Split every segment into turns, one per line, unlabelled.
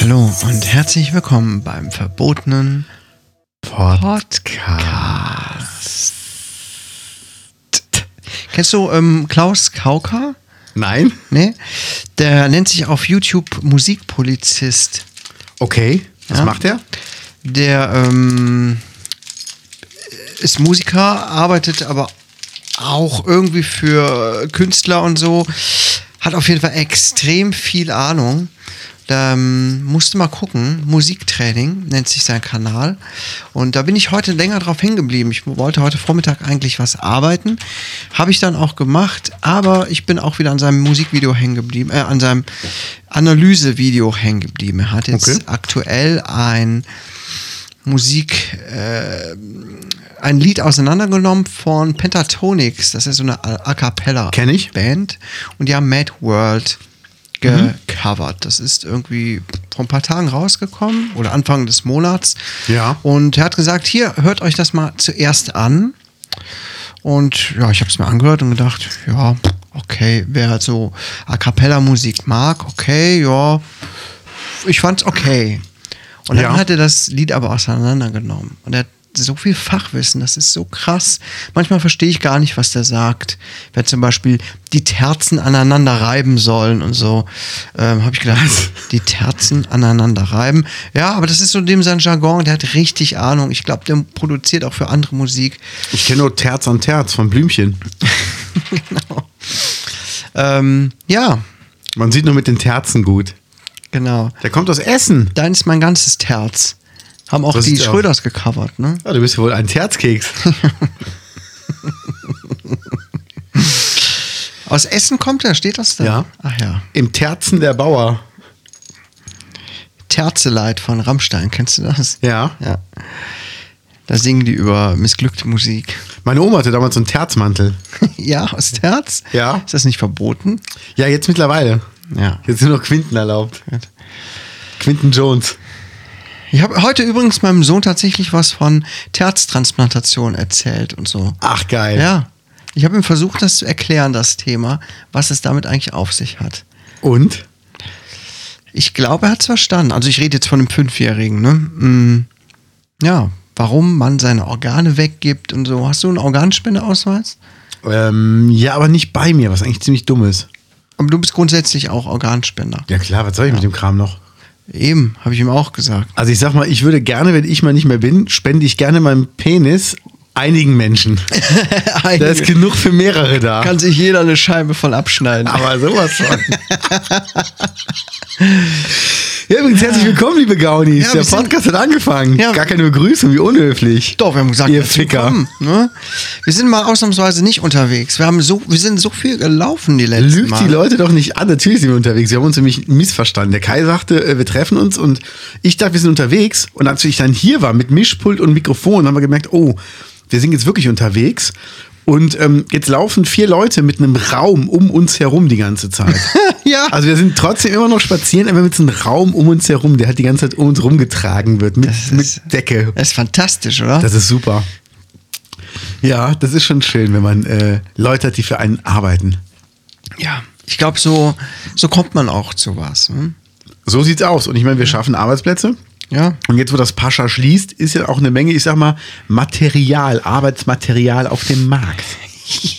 Hallo und herzlich willkommen beim verbotenen
Podcast.
Kennst du ähm, Klaus Kauka?
Nein?
Nee? Der nennt sich auf YouTube Musikpolizist.
Okay. Was
Ja.
macht er?
Der ähm, ist Musiker, arbeitet aber auch irgendwie für Künstler und so. Hat auf jeden Fall extrem viel Ahnung. Da ähm, musste mal gucken. Musiktraining nennt sich sein Kanal. Und da bin ich heute länger drauf hängen geblieben. Ich wollte heute Vormittag eigentlich was arbeiten. Habe ich dann auch gemacht. Aber ich bin auch wieder an seinem Musikvideo hängen geblieben. Äh, an seinem Analysevideo hängen geblieben. Er hat jetzt
Okay.
aktuell ein Musik, äh, ein Lied auseinandergenommen von Pentatonix. Das ist so eine A A cappella
Kenn ich.
Band. Und die haben Mad World
Mhm.
gecovert. Das ist irgendwie vor ein paar Tagen rausgekommen oder Anfang des Monats.
Ja.
Und er hat gesagt, hier, hört euch das mal zuerst an. Und ja, ich habe es mir angehört und gedacht, ja, okay, wer halt so A cappella Musik mag, okay, ja, ich fand's okay. Und dann
Ja.
hat er das Lied aber auseinandergenommen. Und er hat so viel Fachwissen, das ist so krass. Manchmal verstehe ich gar nicht, was der sagt. Wenn zum Beispiel die Terzen aneinander reiben sollen und so, ähm, habe ich gedacht, die Terzen aneinander reiben. Ja, aber das ist so dem sein Jargon, der hat richtig Ahnung. Ich glaube, der produziert auch für andere Musik.
Ich kenne nur Terz an Terz von Blümchen.
genau. Ähm, ja,
Man sieht nur mit den Terzen gut.
genau.
Der kommt aus Essen.
Dein ist mein ganzes Terz. Haben auch
Das
die
ist ja-
Schröders gecovert, ne?
Ja, du bist ja wohl ein Terzkeks.
Aus Essen kommt er, steht das da?
Ja.
Ach ja.
Im Terzen der Bauer.
Terzeleid von Rammstein, kennst du das?
Ja.
Ja. Da singen die über missglückte Musik.
Meine Oma hatte damals so einen Terzmantel.
ja, aus Terz?
Ja.
Ist das nicht verboten?
Ja, jetzt mittlerweile.
Ja.
Jetzt sind nur Quinten erlaubt.
Gut.
Quinten Jones.
Ich habe heute übrigens meinem Sohn tatsächlich was von Terztransplantation erzählt und so.
Ach, geil.
Ja. Ich habe ihm versucht, das zu erklären, das Thema, was es damit eigentlich auf sich hat.
Und?
Ich glaube, er hat es verstanden. Also ich rede jetzt von einem Fünfjährigen, ne? Mm, ja, warum man seine Organe weggibt und so. Hast du einen Organspendeausweis?
Ähm, ja, aber nicht bei mir, was eigentlich ziemlich dumm ist.
Aber du bist grundsätzlich auch Organspender.
Ja, klar, was soll ich mit dem Kram noch?
Eben, habe ich ihm auch gesagt.
Also ich sag mal, ich würde gerne, wenn ich mal nicht mehr bin, spende ich gerne meinen Penis einigen Menschen. Da ist
Einige-
genug für mehrere da.
kann sich jeder eine Scheibe von abschneiden.
aber sowas von. ja, übrigens herzlich willkommen, liebe Gaunis.
Ja,
Der
wir sind-
Podcast hat angefangen.
Ja.
Gar keine Begrüßung, wie unhöflich.
Doch, wir haben gesagt,
Ihr
jetzt
Ficker.
willkommen, ne? Wir sind mal ausnahmsweise nicht unterwegs. Wir, haben so, wir sind so viel gelaufen die letzten
Lügt
Mal.
die Leute doch nicht an. Natürlich sind wir unterwegs. Wir haben uns nämlich missverstanden. Der Kai sagte, äh, wir treffen uns und ich dachte, wir sind unterwegs. Und als ich dann hier war mit Mischpult und Mikrofon, haben wir gemerkt, oh, wir sind jetzt wirklich unterwegs. Und ähm, jetzt laufen vier Leute mit einem Raum um uns herum die ganze Zeit.
Ja.
Also wir sind trotzdem immer noch spazieren, aber mit so einem Raum um uns herum, der halt die ganze Zeit um uns rumgetragen wird. Mit,
Das ist-
mit Decke.
Das ist fantastisch, oder?
Das ist super. Ja, das ist schon schön, wenn man äh, Leute hat, die für einen arbeiten.
ja. Ich glaube, so, so kommt man auch zu was. Ne?
So sieht's aus. Und ich meine, wir schaffen Arbeitsplätze.
Ja.
Und jetzt, wo das Pascha schließt, ist ja auch eine Menge, ich sag mal, Material, Arbeitsmaterial auf dem Markt.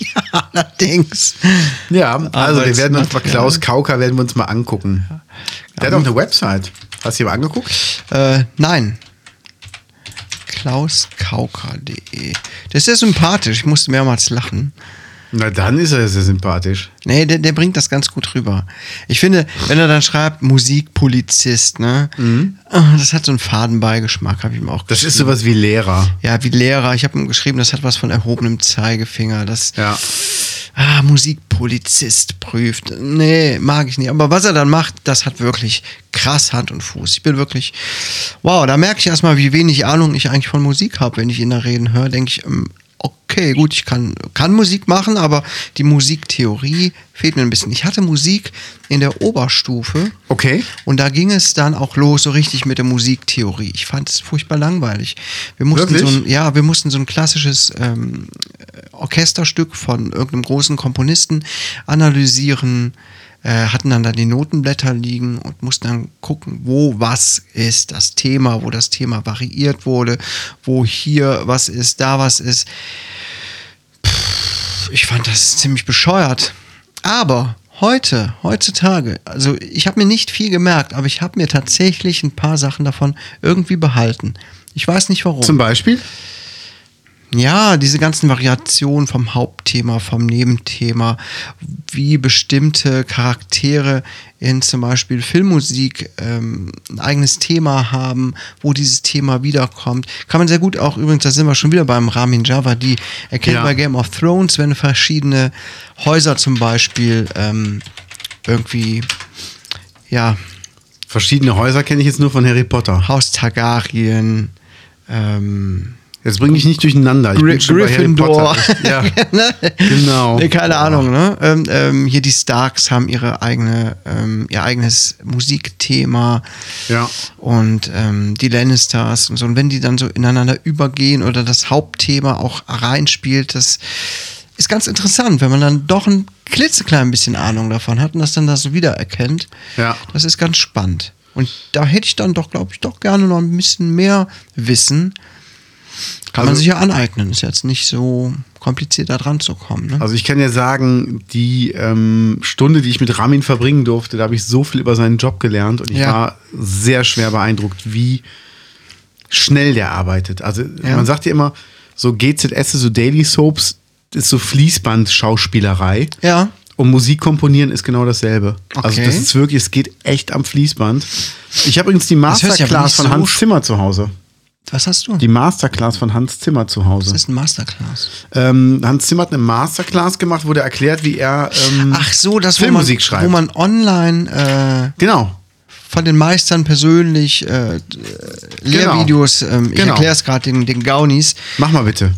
ja, allerdings.
Ja, also wir werden uns mal
Arbeitsmaterial.
Klaus Kauka werden wir uns mal angucken. Der hat auch eine Website. Hast du dir mal angeguckt?
Äh, nein. klauskauka.de. E. Das ist sehr sympathisch. Ich musste mehrmals lachen.
Na dann ist er sehr sympathisch.
Nee, der, der bringt das ganz gut rüber. Ich finde, wenn er dann schreibt, Musikpolizist, ne? Ah, Das hat so einen Fadenbeigeschmack, habe ich ihm auch
Das ist
geschrieben.
sowas wie Lehrer.
Ja, wie Lehrer. Ich habe ihm geschrieben, das hat was von erhobenem Zeigefinger. Das
Ja.
ah, Musikpolizist prüft. Nee, mag ich nicht. Aber was er dann macht, das hat wirklich krass Hand und Fuß. Ich bin wirklich, wow, da merke ich erstmal, wie wenig Ahnung ich eigentlich von Musik habe. Wenn ich ihn da reden höre, denke ich, ähm, okay, gut, ich kann, kann Musik machen, aber die Musiktheorie fehlt mir ein bisschen. Ich hatte Musik in der Oberstufe
Okay.
und da ging es dann auch los, so richtig mit der Musiktheorie. Ich fand es furchtbar langweilig. Wir mussten so
Wirklich?
ein, ja, wir mussten so ein klassisches ähm, Orchesterstück von irgendeinem großen Komponisten analysieren, äh, hatten dann da die Notenblätter liegen und mussten dann gucken, wo was ist das Thema, wo das Thema variiert wurde, wo hier was ist, da was ist. Ich fand das ziemlich bescheuert. Aber heute, heutzutage, also ich habe mir nicht viel gemerkt, aber ich habe mir tatsächlich ein paar Sachen davon irgendwie behalten. Ich weiß nicht warum.
Zum Beispiel?
ja, diese ganzen Variationen vom Hauptthema, vom Nebenthema, wie bestimmte Charaktere in zum Beispiel Filmmusik ähm, ein eigenes Thema haben, wo dieses Thema wiederkommt. Kann man sehr gut auch, übrigens, da sind wir schon wieder beim Ramin Java, die erkennt
Ja.
man Game of Thrones, wenn verschiedene Häuser zum Beispiel ähm, irgendwie, ja,
Verschiedene Häuser kenne ich jetzt nur von Harry Potter.
Haus Targaryen, ähm,
Jetzt bringe ich nicht durcheinander. Ich
Gry-
bin schon bei Harry
Gryffindor. Ne?
Potter. Ja, genau.
Nee, keine Ahnung, ne? Ähm, ähm, hier die Starks haben ihre eigene, ähm, ihr eigenes Musikthema.
Ja.
Und ähm, die Lannisters und so. Und wenn die dann so ineinander übergehen oder das Hauptthema auch reinspielt, das ist ganz interessant, wenn man dann doch ein klitzeklein bisschen Ahnung davon hat und das dann da so wiedererkennt.
Ja.
Das ist ganz spannend. Und da hätte ich dann doch, glaube ich, doch gerne noch ein bisschen mehr Wissen. Kann man
Also-
sich ja aneignen. Ist jetzt nicht so kompliziert, da dran zu kommen. Ne?
Also ich kann ja sagen, die ähm, Stunde, die ich mit Ramin verbringen durfte, da habe ich so viel über seinen Job gelernt und ich
Ja.
war sehr schwer beeindruckt, wie schnell der arbeitet. Also
Ja.
man sagt ja immer, so GZS, so Daily Soaps, ist so Fließband-Schauspielerei.
Ja.
Und Musik komponieren ist genau dasselbe. Also
Okay.
das ist wirklich, es geht echt am Fließband. Ich habe übrigens die
Das hört sich aber
Masterclass
nicht
von
so
Hans
sp-
Zimmer zu Hause.
Was hast du?
Die Masterclass von Hans Zimmer zu Hause.
das ist ein Masterclass.
Ähm, Hans Zimmer hat eine Masterclass gemacht, wo der erklärt, wie er ähm,
Ach so, das, wo man,
Filmmusik schreibt.
wo man online äh,
genau.
von den Meistern persönlich äh, d- Lehrvideos, ähm, ich
Genau.
erkläre es gerade den, den Gaunis,
Mach mal bitte.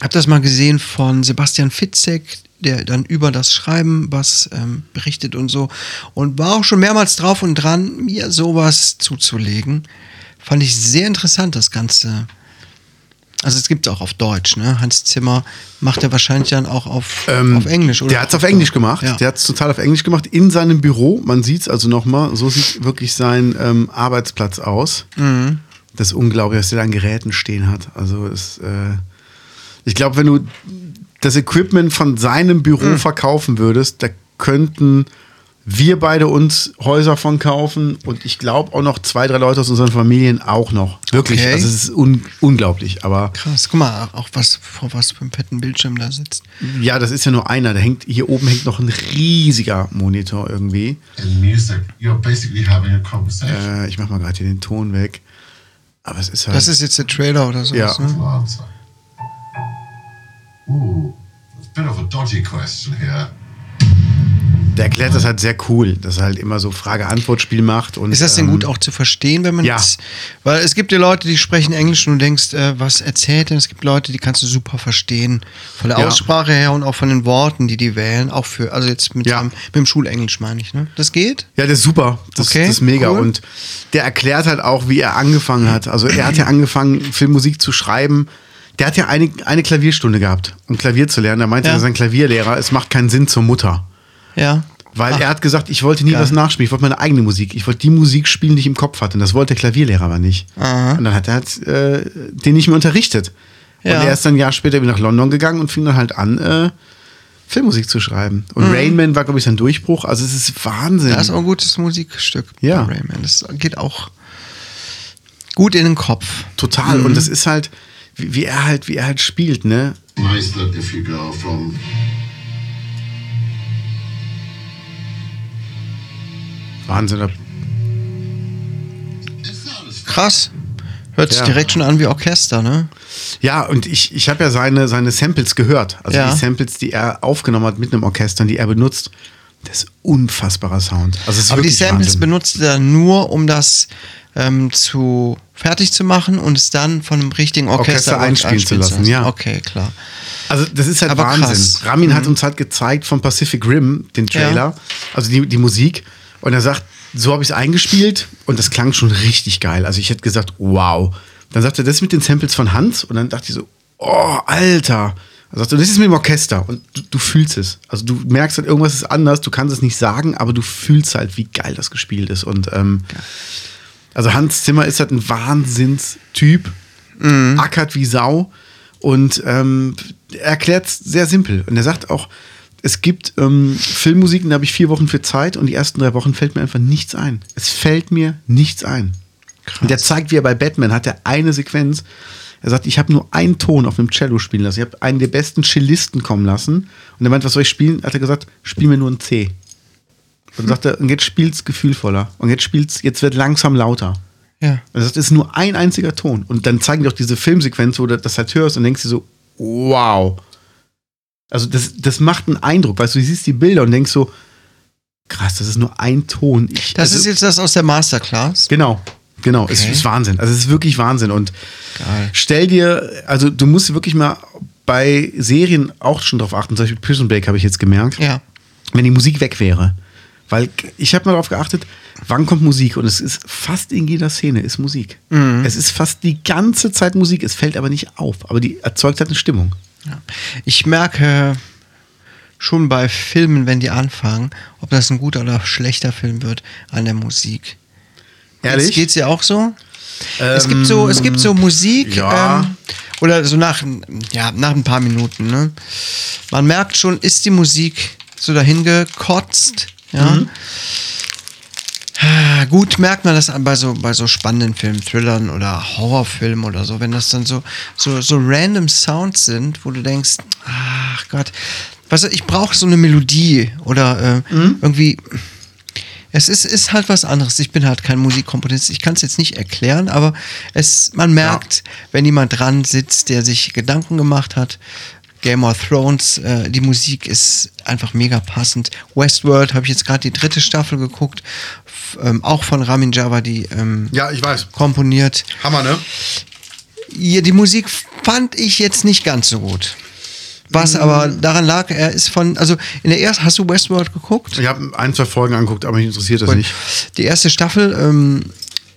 habe das mal gesehen von Sebastian Fitzek, der dann über das Schreiben was ähm, berichtet und so. Und war auch schon mehrmals drauf und dran, mir sowas zuzulegen. Fand ich sehr interessant, das Ganze. Also es gibt es auch auf Deutsch, ne? Hans Zimmer macht er wahrscheinlich dann auch auf,
Ähm,
auf Englisch, oder?
Der hat es auf Englisch gemacht.
Ja.
Der hat es total auf Englisch gemacht. In seinem Büro, man sieht es also nochmal, so sieht wirklich sein ähm, Arbeitsplatz aus.
Mhm.
Das ist unglaublich, was der da an Geräten stehen hat. Also es, äh, ich glaube, wenn du das Equipment von seinem Büro
Mhm.
verkaufen würdest, da könnten wir beide uns Häuser von kaufen und ich glaube auch noch zwei, drei Leute aus unseren Familien auch noch. Wirklich,
Okay.
also es ist un unglaublich, aber
Krass, guck mal, auch was, vor was für einem fetten Bildschirm da sitzt.
Ja, das ist ja nur einer. Da hängt, hier oben hängt noch ein riesiger Monitor irgendwie.
and music, you're basically having a conversation.
Äh, ich mach mal gerade hier den Ton weg. Aber es ist halt.
Das ist jetzt der Trailer oder sowas,
Ja.
ne?
That's my answer. Ooh, it's a bit of a dodgy question here.
der erklärt das halt sehr cool, dass er halt immer so Frage-Antwort-Spiel macht. Und,
Ist das denn
ähm,
gut auch zu verstehen, wenn man
ja.
das? Weil es gibt ja Leute, die sprechen Englisch und du denkst, äh, was erzählt denn? Es gibt Leute, die kannst du super verstehen. Von der
Ja.
Aussprache her und auch von den Worten, die die wählen. Auch für, also jetzt mit,
Ja.
dem, mit dem Schulenglisch meine ich, ne? Das geht?
Ja, das ist super. Das,
Okay,
das ist mega.
cool.
Und der erklärt halt auch, wie er angefangen hat. Also er hat ja angefangen, Filmmusik zu schreiben. Der hat ja eine, eine Klavierstunde gehabt, um Klavier zu lernen. Da meinte
Ja.
sein Klavierlehrer, es macht keinen Sinn zur Mutter.
Ja.
Weil
Ah.
er hat gesagt, ich wollte nie was nachspielen, ich wollte meine eigene Musik. Ich wollte die Musik spielen, die ich im Kopf hatte. Und das wollte der Klavierlehrer aber nicht.
Aha.
Und dann hat er halt, äh, den nicht mehr unterrichtet.
Ja.
Und er ist dann ein Jahr später wieder nach London gegangen und fing dann halt an, äh, Filmmusik zu schreiben. Und Rain Man war, glaube ich, sein Durchbruch. Also es ist Wahnsinn.
Mhm. Das ist auch ein gutes Musikstück.
Ja.
bei Rayman. Das geht auch gut in den Kopf.
Total.
Mhm.
Und das ist halt, wie, wie er halt, wie er halt spielt, ne?
Nice that if you go from
Wahnsinn. Da-
Krass. Hört sich
Ja.
direkt schon an wie Orchester, ne?
Ja, und ich, ich habe ja seine, seine Samples gehört. Also
Ja.
die Samples, die er aufgenommen hat mit einem Orchester, und die er benutzt. Das ist unfassbarer Sound. Also es ist
Aber die
wirklich
Samples
Wahnsinn.
benutzt er nur, um das ähm, zu fertig zu machen und es dann von einem richtigen Orchester,
Orchester einspielen zu lassen, ja.
Okay, klar.
Also das ist halt
Aber
Wahnsinn.
krass. Mhm.
Ramin hat uns halt gezeigt vom Pacific Rim, den Trailer, also die, die Musik. Und er sagt, so habe ich es eingespielt und das klang schon richtig geil. Also ich hätte gesagt, wow. Dann sagte er, das ist mit den Samples von Hans und dann dachte ich so, oh, Alter. Er sagte, das ist mit dem Orchester und du, du fühlst es. Also du merkst halt, irgendwas ist anders, du kannst es nicht sagen, aber du fühlst halt, wie geil das gespielt ist. Und ähm, also Hans Zimmer ist halt ein Wahnsinnstyp, ackert wie Sau und ähm, erklärt es sehr simpel. Und er sagt auch, es gibt ähm, Filmmusiken, da habe ich vier Wochen für Zeit und die ersten drei Wochen fällt mir einfach nichts ein. Es fällt mir nichts ein. Und der zeigt, wie er bei Batman hat, er eine Sequenz. Er sagt, ich habe nur einen Ton auf einem Cello spielen lassen. Ich habe einen der besten Cellisten kommen lassen. Und er meint, was soll ich spielen? Hat er gesagt, spiel mir nur ein C. Und sagt er, und jetzt spielt's gefühlvoller. Und jetzt spielt's, jetzt wird langsam lauter.
Ja.
Und er sagt, es Also ist nur ein einziger Ton. Und dann zeigen die auch diese Filmsequenz, wo du das halt hörst und denkst dir so, wow. Also das, das macht einen Eindruck, weißt du, du siehst die Bilder und denkst so, krass, das ist nur ein Ton. Ich,
Das
also,
ist jetzt das aus der Masterclass.
Genau, genau. Es
Okay.
ist Wahnsinn. Also es ist wirklich Wahnsinn. Und
Geil.
stell dir, also du musst wirklich mal bei Serien auch schon drauf achten. Zum Beispiel Prison Break habe ich jetzt gemerkt
Ja.
wenn die Musik weg wäre. Weil ich habe mal darauf geachtet, wann kommt Musik? Und es ist fast in jeder Szene ist Musik.
Mhm.
Es ist fast die ganze Zeit Musik, es fällt aber nicht auf. Aber die erzeugt halt eine Stimmung.
Ja. Ich merke schon bei Filmen, wenn die anfangen, ob das ein guter oder schlechter Film wird, an der Musik.
Ehrlich? Ähm,
Jetzt geht's ja auch so. es gibt so, es gibt so Musik
ja.
ähm, oder so nach, ja, nach ein paar Minuten. Ne? Man merkt schon, ist die Musik so dahin gekotzt. Ja.
Mhm.
Ah, Gut merkt man das an bei so, bei so spannenden Filmen, Thrillern oder Horrorfilmen oder so, wenn das dann so, so, so random Sounds sind, wo du denkst, ach Gott, weißt du, ich brauche so eine Melodie oder äh,
Mhm.
irgendwie. Es ist, ist halt was anderes. Ich bin halt kein Musikkomponist. Ich kann es jetzt nicht erklären, aber es, man merkt, wenn jemand dran sitzt, der sich Gedanken gemacht hat. Game of Thrones, äh, die Musik ist einfach mega passend. Westworld habe ich jetzt gerade die dritte Staffel geguckt, f- ähm, auch von Ramin Javadi ähm,
Ja, ich weiß.
komponiert.
Hammer, ne?
Ja, die Musik fand ich jetzt nicht ganz so gut. Was aber daran lag, er ist von, also in der ersten, hast du Westworld geguckt?
Ich habe ein, zwei Folgen angeguckt, aber mich interessiert das
Und
nicht.
Die erste Staffel ähm,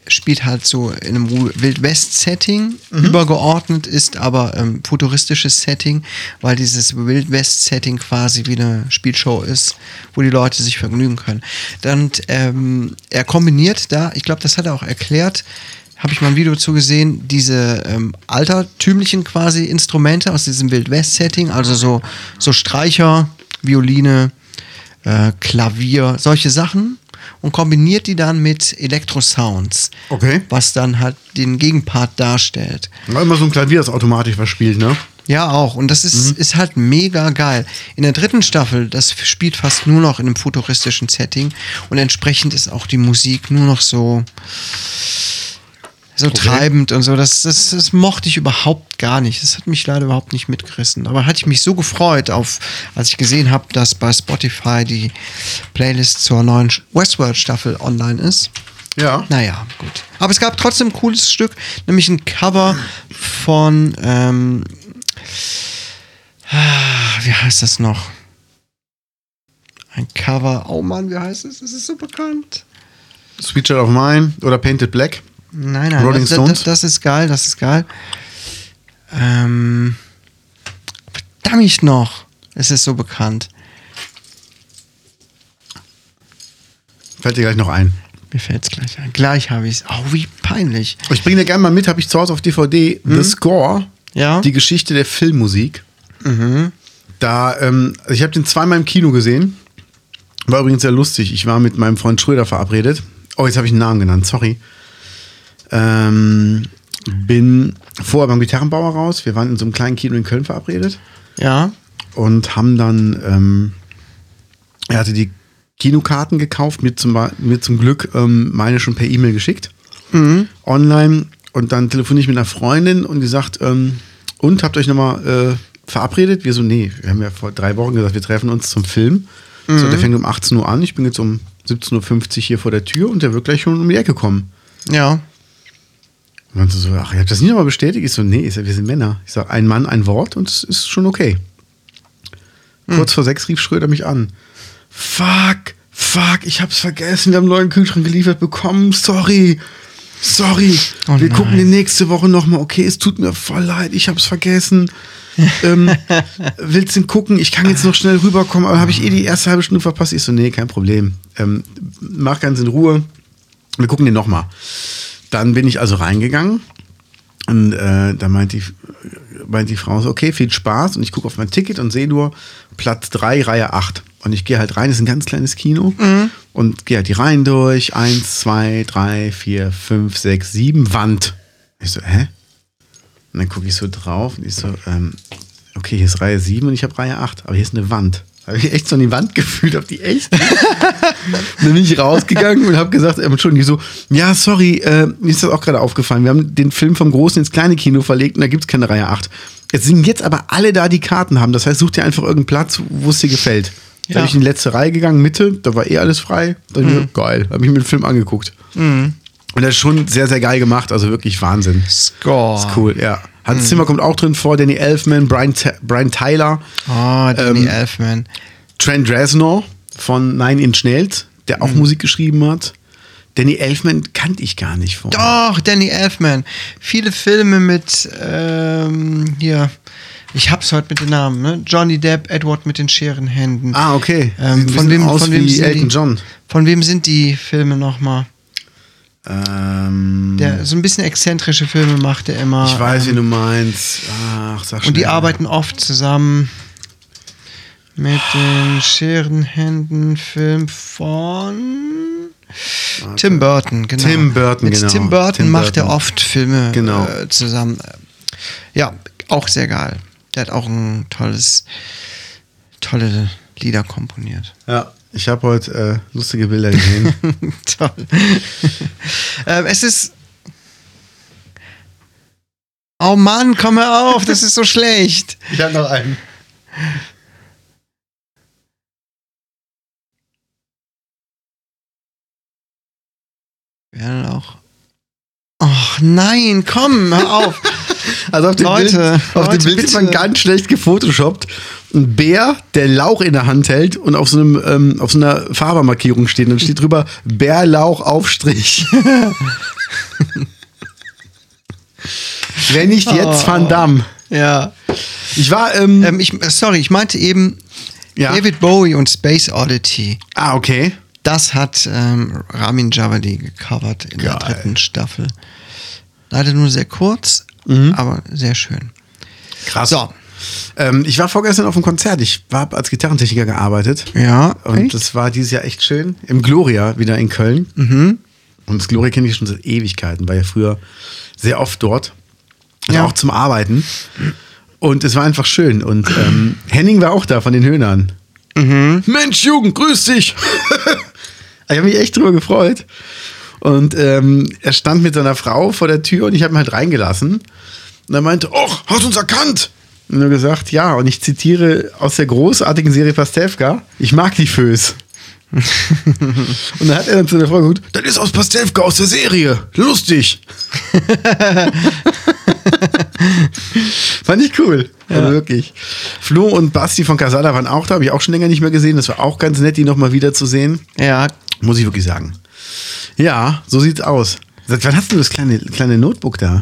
spielt halt so in einem Ru- Wildwest-Setting. Übergeordnet ist aber ähm, futuristisches Setting, weil dieses Wildwest-Setting quasi wie eine Spielshow ist, wo die Leute sich vergnügen können. Dann ähm, er kombiniert da, ich glaube, das hat er auch erklärt, habe ich mal ein Video zu gesehen, diese ähm, altertümlichen quasi Instrumente aus diesem Wildwest-Setting, also so, so Streicher, Violine, äh, Klavier, solche Sachen und kombiniert die dann mit Elektro-Sounds.
Okay.
Was dann halt den Gegenpart darstellt.
War immer so ein Klavier, das automatisch was spielt, ne? Mhm.
Ja, auch. Und das ist, ist halt mega geil. In der dritten Staffel, das spielt fast nur noch in einem futuristischen Setting. Und entsprechend ist auch die Musik nur noch so, so treibend und so. Das, das, das mochte ich überhaupt gar nicht. Das hat mich leider überhaupt nicht mitgerissen. Aber hatte ich mich so gefreut, auf, als ich gesehen habe, dass bei Spotify die Playlist zur neuen Westworld-Staffel online ist.
Ja.
Naja, gut. Aber es gab trotzdem ein cooles Stück, nämlich ein Cover von, ähm, ah, wie heißt das noch? Ein Cover, oh Mann, wie heißt es? Es ist so bekannt.
Sweet Child of Mine oder Painted Black.
Nein, nein,
Rolling
das,
Stones?
Das, das ist geil, das ist geil. Ähm, verdammt ich noch, es ist so bekannt.
Fällt dir gleich noch ein.
Mir fällt es gleich ein. Gleich habe ich es. Oh, wie peinlich.
Ich bringe dir gerne mal mit, habe ich zu Hause auf DVD, The Score,
Ja.
die Geschichte der Filmmusik. Da, ähm, also ich habe den zweimal im Kino gesehen. War übrigens sehr lustig. Ich war mit meinem Freund Schröder verabredet. Oh, jetzt habe ich einen Namen genannt, sorry. Ähm, bin vorher beim Gitarrenbauer raus. Wir waren in so einem kleinen Kino in Köln verabredet
Ja.
und haben dann, ähm, er hatte die Kinokarten gekauft, mir zum, Ba- mir zum Glück ähm, meine schon per E-Mail geschickt, online. Und dann telefoniere ich mit einer Freundin und die sagt, ähm, und habt euch nochmal äh, verabredet? Wir so, nee, wir haben ja vor drei Wochen gesagt, wir treffen uns zum Film. So, der fängt um 18 Uhr an, ich bin jetzt um 17.50 Uhr hier vor der Tür und der wird gleich schon um die Ecke kommen.
Ja.
Und dann so, ach, ihr habt das nicht nochmal bestätigt? Ich so, nee, ich sag, wir sind Männer. Ich sag, ein Mann, ein Wort und es ist schon okay.
Hm.
Kurz vor sechs rief Schröder mich an. Fuck, fuck, ich hab's vergessen, wir haben einen neuen Kühlschrank geliefert bekommen, sorry. Sorry,
Oh
wir
nein.
gucken den nächste Woche nochmal. Okay, es tut mir voll leid, ich hab's vergessen. ähm, willst du ihn gucken? Ich kann jetzt noch schnell rüberkommen, aber habe ich eh die erste halbe Stunde verpasst? Ich so, nee, kein Problem. Ähm, mach ganz in Ruhe. Wir gucken den nochmal. Dann bin ich also reingegangen und äh, da meint die, meint die Frau so, okay, viel Spaß. Und ich gucke auf mein Ticket und sehe nur Platz 3, Reihe 8. Und ich gehe halt rein, das ist ein ganz kleines Kino. Und gehe halt die Reihen durch. Eins, zwei, drei, vier, fünf, sechs, sieben, Wand. Ich so, hä? Und dann gucke ich so drauf und ich so, ähm, okay, hier ist Reihe 7 und ich habe Reihe 8, aber hier ist eine Wand. Habe ich echt so an die Wand gefühlt, auf die echt. Und dann bin ich rausgegangen und habe gesagt, ähm, Entschuldigung, ich so, ja, sorry, äh, mir ist das auch gerade aufgefallen. Wir haben den Film vom Großen ins kleine Kino verlegt und da gibt es keine Reihe 8. Jetzt sind jetzt aber alle da, die Karten haben. Das heißt, such dir einfach irgendeinen Platz, wo es dir gefällt. Da
Ja.
bin ich in die letzte Reihe gegangen, Mitte, da war eh alles frei. Dann hab ich so, geil, habe ich mir den Film angeguckt. Und das ist schon sehr, sehr geil gemacht, also wirklich Wahnsinn.
Score.
Ist cool, ja. Hans Zimmer kommt auch drin vor, Danny Elfman, Brian, Ta- Brian Tyler,
Oh, Danny
Ähm,
Elfman.
Trent Reznor von Nine Inch Nails, der auch Musik geschrieben hat. Danny Elfman kannte ich gar nicht vor.
Doch, Danny Elfman. Viele Filme mit, ähm, hier, ich hab's heute mit den Namen, ne? Johnny Depp, Edward mit den scheren Händen.
Ah, okay.
Ähm,
Sieht ein
von
bisschen
wem,
aus
von wem
wie
sind
Elton
die,
John.
Von wem sind die Filme nochmal?
Ähm,
Der so ein bisschen exzentrische Filme macht er immer.
ich weiß, wie
ähm,
du meinst. Ach, sag schnell.
Und die arbeiten oft zusammen mit den scheren Händen Film von Tim Burton, genau.
Tim Burton,
mit
genau.
Tim Burton
Tim
macht er
Burton.
oft Filme
Genau.
äh, zusammen. Ja, auch sehr geil. Der hat auch ein tolles, tolle Lieder komponiert.
Ja, ich habe heute äh, lustige Bilder gesehen.
Toll. ähm, es ist. Oh Mann, komm hör auf, das ist so schlecht.
ich habe noch einen.
Wir werden auch. Ach nein, komm, hör auf.
Also auf dem
Leute,
Bild, auf
Leute,
dem Bild
bitte.
ist man ganz schlecht gefotoshoppt. Ein Bär, der Lauch in der Hand hält und auf so, einem, ähm, auf so einer Fabermarkierung steht. Und dann steht drüber Bärlauch Aufstrich. Wenn nicht jetzt Van Damme.
ja.
Ich war, ähm,
Oh. Ähm, ich, sorry, ich meinte eben
Ja.
David Bowie und Space Oddity.
ah, okay.
Das hat ähm, Ramin Javadi gecovert in der
Geil.
dritten Staffel. Leider nur sehr kurz, aber sehr schön.
Krass.
Mhm. So.
Ähm, ich war vorgestern auf einem Konzert. Ich habe als Gitarrentechniker gearbeitet.
Ja,
Und
echt?
das war dieses Jahr echt schön. Im Gloria wieder in Köln.
Mhm.
Und das Gloria kenne ich schon seit Ewigkeiten, war ja früher sehr oft dort. Also
Ja.
auch zum Arbeiten. Und es war einfach schön. Und ähm, Henning war auch da von den Höhnern.
Mhm.
Mensch, Jugend, grüß dich! ich habe mich echt drüber gefreut. Und ähm, er stand mit seiner Frau vor der Tür und ich habe ihn halt reingelassen. Und er meinte, Och, hast uns erkannt? Und er gesagt, ja, und ich zitiere aus der großartigen Serie Pastewka, ich mag die Föß. und dann hat er dann zu der Frau gesagt, das ist aus Pastewka, aus der Serie, lustig. Fand ich cool, also wirklich. Flo und Basti von Casada waren auch da, habe ich auch schon länger nicht mehr gesehen. Das war auch ganz nett, die nochmal wiederzusehen.
Ja,
Muss ich wirklich sagen. Ja, so sieht's aus. Seit wann hast du das kleine, kleine Notebook da?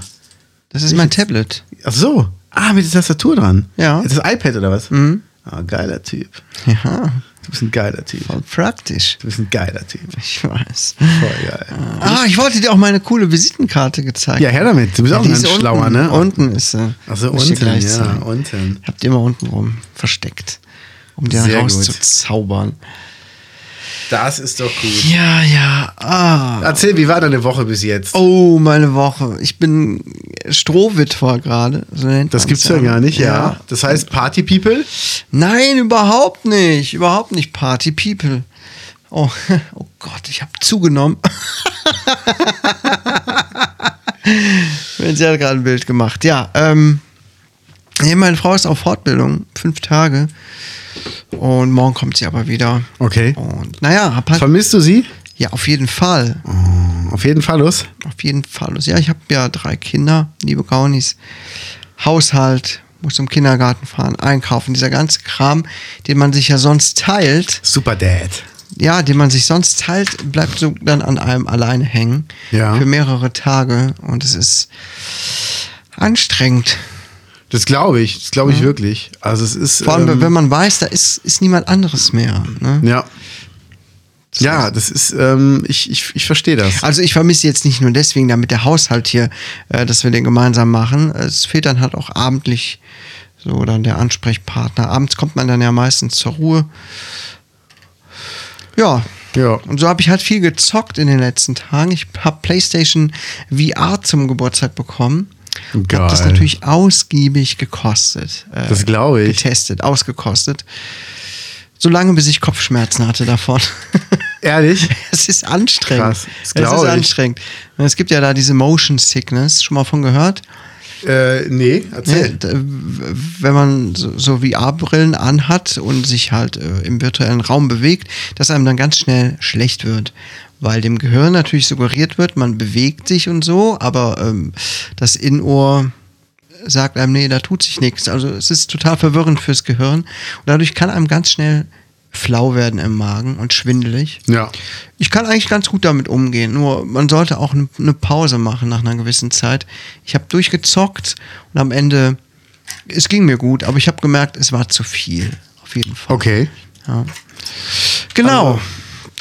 das ist mein Tablet.
Ach so. Ah, mit der Tastatur dran.
Ja.
Das iPad oder was? Mhm. Ah, geiler Typ.
Ja,
Du bist ein geiler Typ.
voll Ah, praktisch.
Du bist ein geiler Typ.
Ich weiß.
Voll geil.
Ah, ich wollte dir auch meine coole Visitenkarte gezeigt.
Ja, her damit. Du bist auch
die
ein
ist
ganz schlauer,
unten,
ne?
Unten ist sie.
Ach so,
Muss ich dir
unten,
gleich
ja,
zeigen.
unten.
Habt ihr immer unten rum versteckt, um die dann
Sehr gut.
rauszuzaubern.
Das ist doch gut.
Ja, ja. Ah.
Erzähl, wie war deine Woche bis jetzt?
Oh, meine Woche. Ich bin Strohwitwer gerade. So nennt
Das
man's
gibt's ja gar nicht, ja. Das heißt Party People?
Nein, überhaupt nicht. Überhaupt nicht Party People. Oh, oh Gott, ich habe zugenommen. Sie hat gerade ein Bild gemacht. Ja, ähm, nee, meine Frau ist auf Fortbildung, fünf Tage. Und morgen kommt sie aber wieder.
Okay.
Und naja, hab halt,
Vermisst du sie?
ja, auf jeden Fall.
Oh, auf jeden Fall los.
Auf jeden Fall. los. Ja, ich habe ja drei Kinder, liebe Gaunis. Haushalt, muss zum Kindergarten fahren, einkaufen, dieser ganze Kram, den man sich ja sonst teilt,
Super Dad.
ja, den man sich sonst teilt, bleibt so dann an einem alleine hängen.
Ja.
Für mehrere Tage und es ist anstrengend.
Das glaube ich, das glaube ich wirklich. Also es ist.
Vor allem,
ähm,
wenn man weiß, da ist, ist niemand anderes mehr. Ne?
ja. Ja, das ist, ähm, ich, ich, ich verstehe das.
Also ich vermisse jetzt nicht nur deswegen, damit der Haushalt hier, äh, dass wir den gemeinsam machen. Es fehlt dann halt auch abendlich so dann der Ansprechpartner. Abends kommt man dann ja meistens zur Ruhe. Ja.
Ja.
Und so habe ich halt viel gezockt in den letzten Tagen. Ich habe PlayStation VR zum Geburtstag bekommen. Und Hab das
Geil.
natürlich ausgiebig gekostet. äh,
Das glaube ich.
Getestet, ausgekostet. Solange bis ich Kopfschmerzen hatte davon.
Ehrlich?
Es ist anstrengend.
Krass, das
es ist
glaub ich.
anstrengend. Und Es gibt ja da diese Motion Sickness, schon mal von gehört.
Äh, nee,
Ne,
erzähl.
d- w- wenn man so, so VR-Brillen anhat und sich halt äh, im virtuellen Raum bewegt, dass einem dann ganz schnell schlecht wird. Weil dem Gehirn natürlich suggeriert wird, man bewegt sich und so, aber ähm, das Innenohr sagt einem, nee, da tut sich nichts. Also es ist total verwirrend fürs Gehirn. Und dadurch kann einem ganz schnell flau werden im Magen und schwindelig.
Ja.
Ich kann eigentlich ganz gut damit umgehen, nur man sollte auch eine Pause machen nach einer gewissen Zeit. Ich habe durchgezockt und am Ende, es ging mir gut, aber ich habe gemerkt, es war zu viel. Auf jeden Fall.
Okay.
Ja. Genau.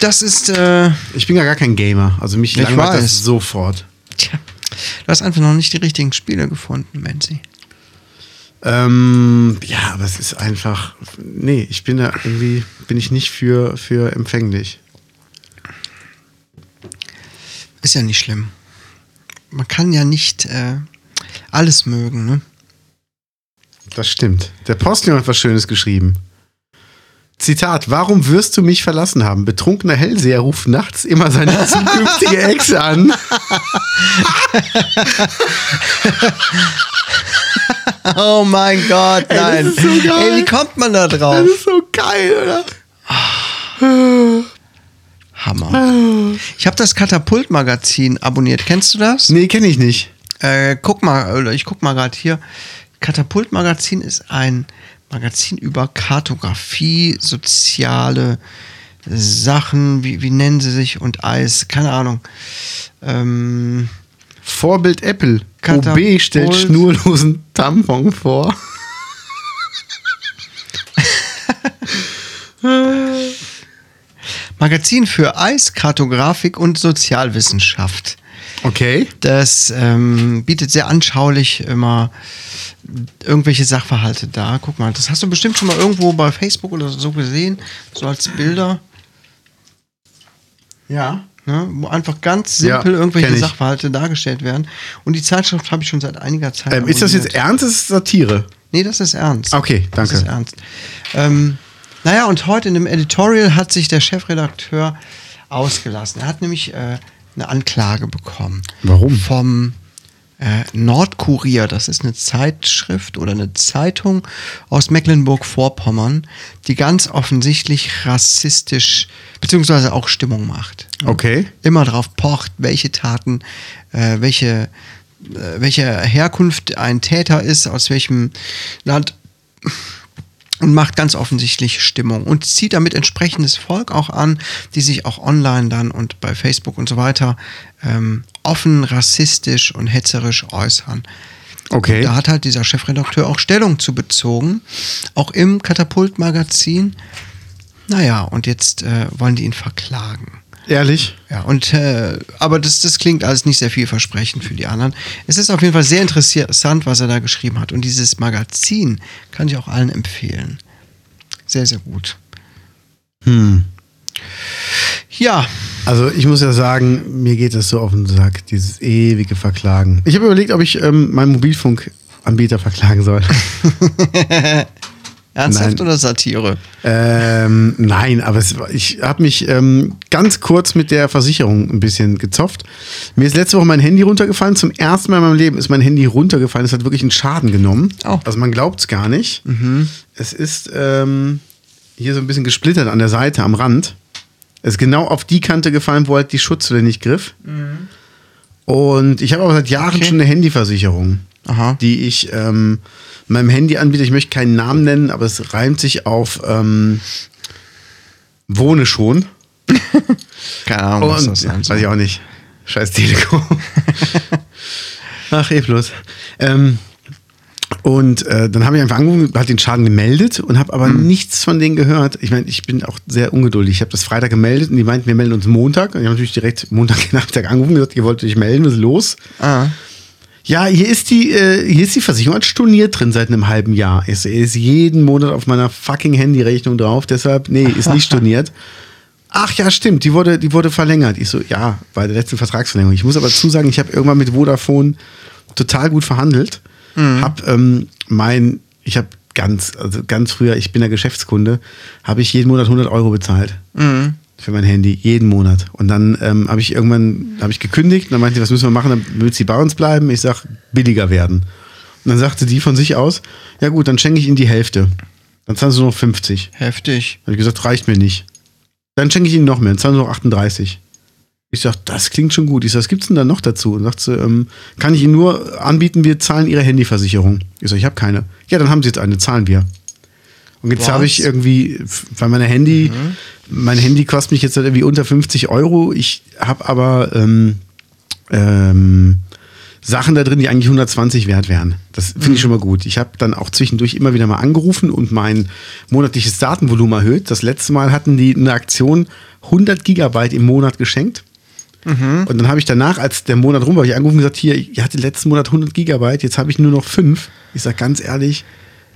das ist, äh,
Ich bin ja gar kein Gamer. Also mich
Ich
langweilt das
weiß.
sofort.
tja, du hast einfach noch nicht die richtigen Spiele gefunden, Menzi.
Ähm, ja, aber es ist einfach. Nee, ich bin da irgendwie, bin ich nicht für, für empfänglich.
Ist ja nicht schlimm. Man kann ja nicht äh, alles mögen, ne?
Das stimmt. Der Postleon hat was Schönes geschrieben. Zitat, warum wirst du mich verlassen haben? Betrunkener Hellseher ruft nachts immer seine zukünftige Ex an.
Oh mein Gott,
das
nein.
ist so geil.
Ey, wie kommt man da
Das
drauf?
ist so geil, oder?
Hammer. Ich habe das Katapult-Magazin abonniert. Kennst du das?
Nee, kenne ich nicht.
Äh, guck mal, oder ich guck mal gerade hier. Katapult-Magazin ist ein Magazin über Kartografie, soziale Sachen, wie, wie nennen sie sich und Eis, keine Ahnung. Ähm,
Vorbild Apple.
Katapult.
OB stellt schnurlosen Tampon vor.
Magazin für Eis, Kartografik und Sozialwissenschaft.
Okay.
Das ähm, bietet sehr anschaulich immer irgendwelche Sachverhalte dar. Guck mal, das hast du bestimmt schon mal irgendwo bei Facebook oder so gesehen, so als Bilder,
Ja.
ne? wo einfach ganz
Ja,
simpel
kenn
irgendwelche
ich.
Sachverhalte dargestellt werden. Und die Zeitschrift habe ich schon seit einiger Zeit.
Ähm, ist das jetzt
abonniert.
ernst? Das ist Satire.
Nee, das ist ernst.
Okay,
Das
danke.
ist ernst. Ähm, naja, und heute in dem Editorial hat sich der Chefredakteur ausgelassen. Er hat nämlich äh, eine Anklage bekommen.
Warum?
Vom äh, Nordkurier. Das ist eine Zeitschrift oder eine Zeitung aus Mecklenburg-Vorpommern, die ganz offensichtlich rassistisch beziehungsweise auch Stimmung macht
Okay.
immer darauf pocht, welche Taten, äh, welche, äh, welche Herkunft ein Täter ist, aus welchem Land und macht ganz offensichtlich Stimmung und zieht damit entsprechendes Volk auch an, die sich auch online dann und bei Facebook und so weiter ähm, offen, rassistisch und hetzerisch äußern.
Okay.
Da hat halt dieser Chefredakteur auch Stellung zu bezogen, auch im Katapult-Magazin. Naja, und jetzt äh, wollen die ihn verklagen.
Ehrlich?
Ja, und äh, aber das, das klingt alles nicht sehr vielversprechend für die anderen. Es ist auf jeden Fall sehr interessant, was er da geschrieben hat. Und dieses Magazin kann ich auch allen empfehlen. Sehr, sehr gut. Hm. Ja,
Also ich muss ja sagen, mir geht das so auf den Sack, dieses ewige Verklagen. Ich habe überlegt, ob ich ähm, meinen Mobilfunkanbieter verklagen soll.
ernsthaft
Nein.
oder Satire?
ähm, nein, aber es, war- ich habe mich ähm, ganz kurz mit der Versicherung ein bisschen gezofft. Mir ist letzte Woche mein Handy runtergefallen. Zum ersten Mal in meinem Leben ist mein Handy runtergefallen. Es hat wirklich einen Schaden genommen.
Oh.
Also man glaubt es gar nicht. Es ist ähm, hier so ein bisschen gesplittert an der Seite, am Rand. ist genau auf die Kante gefallen, wo halt die Schutzhülle nicht griff. Und ich habe aber seit Jahren schon eine Handyversicherung,
Aha.
die ich ähm, meinem Handy anbiete. Ich möchte keinen Namen nennen, aber es reimt sich auf ähm, Wohne schon.
Keine Ahnung, was das
Und,
sein
ja,
soll.
weiß ich auch nicht. Scheiß Telekom. Ach, eh bloß. Ähm, und äh, dann habe ich einfach angerufen, hat den Schaden gemeldet und habe aber nichts von denen gehört. Ich meine, ich bin auch sehr ungeduldig. Ich habe das Freitag gemeldet und die meinten, wir melden uns Montag. Und ich habe natürlich direkt Montagnachmittag angerufen und gesagt, ihr wollt euch melden, was ist los?
Ah.
Ja, hier ist die, äh, hier ist die Versicherung als storniert drin seit einem halben Jahr. Es ist jeden Monat auf meiner fucking Handyrechnung drauf, deshalb, nee, ist nicht storniert. Ach ja, stimmt, die wurde, die wurde verlängert. Ich so, ja, bei der letzten Vertragsverlängerung. Ich muss aber zusagen, ich habe irgendwann mit Vodafone total gut verhandelt. Hab ähm, mein, ich habe ganz, also ganz früher, ich bin ja Geschäftskunde, habe ich jeden Monat 100 Euro bezahlt. Für mein Handy, jeden Monat. Und dann ähm, habe ich irgendwann hab ich gekündigt und dann meinte sie, was müssen wir machen, damit sie bei uns bleiben? Ich sag, billiger werden. Und dann sagte die von sich aus, ja gut, dann schenke ich ihnen die Hälfte. Dann zahlen sie nur noch 50.
Heftig.
Habe ich gesagt, reicht mir nicht. Dann schenke ich ihnen noch mehr, dann zahlen sie nur noch 38. Ich sag, das klingt schon gut. Ich sag, was gibt's denn da noch dazu? Und sagt sie, ähm, kann ich ihnen nur anbieten, wir zahlen ihre Handyversicherung. Ich sag, ich habe keine. Ja, dann haben sie jetzt eine, zahlen wir. Und jetzt
Was?
habe ich irgendwie, weil meine Handy, mein Handy kostet mich jetzt halt irgendwie unter 50 Euro. Ich habe aber ähm, ähm, Sachen da drin, die eigentlich 120 wert wären. Das finde ich schon mal gut. Ich habe dann auch zwischendurch immer wieder mal angerufen und mein monatliches Datenvolumen erhöht. Das letzte Mal hatten die eine Aktion 100 Gigabyte im Monat geschenkt. Und dann habe ich danach, als der Monat rum war, habe ich angerufen und gesagt, hier, ihr hattet letzten Monat 100 Gigabyte, jetzt habe ich nur noch 5. Ich sage ganz ehrlich,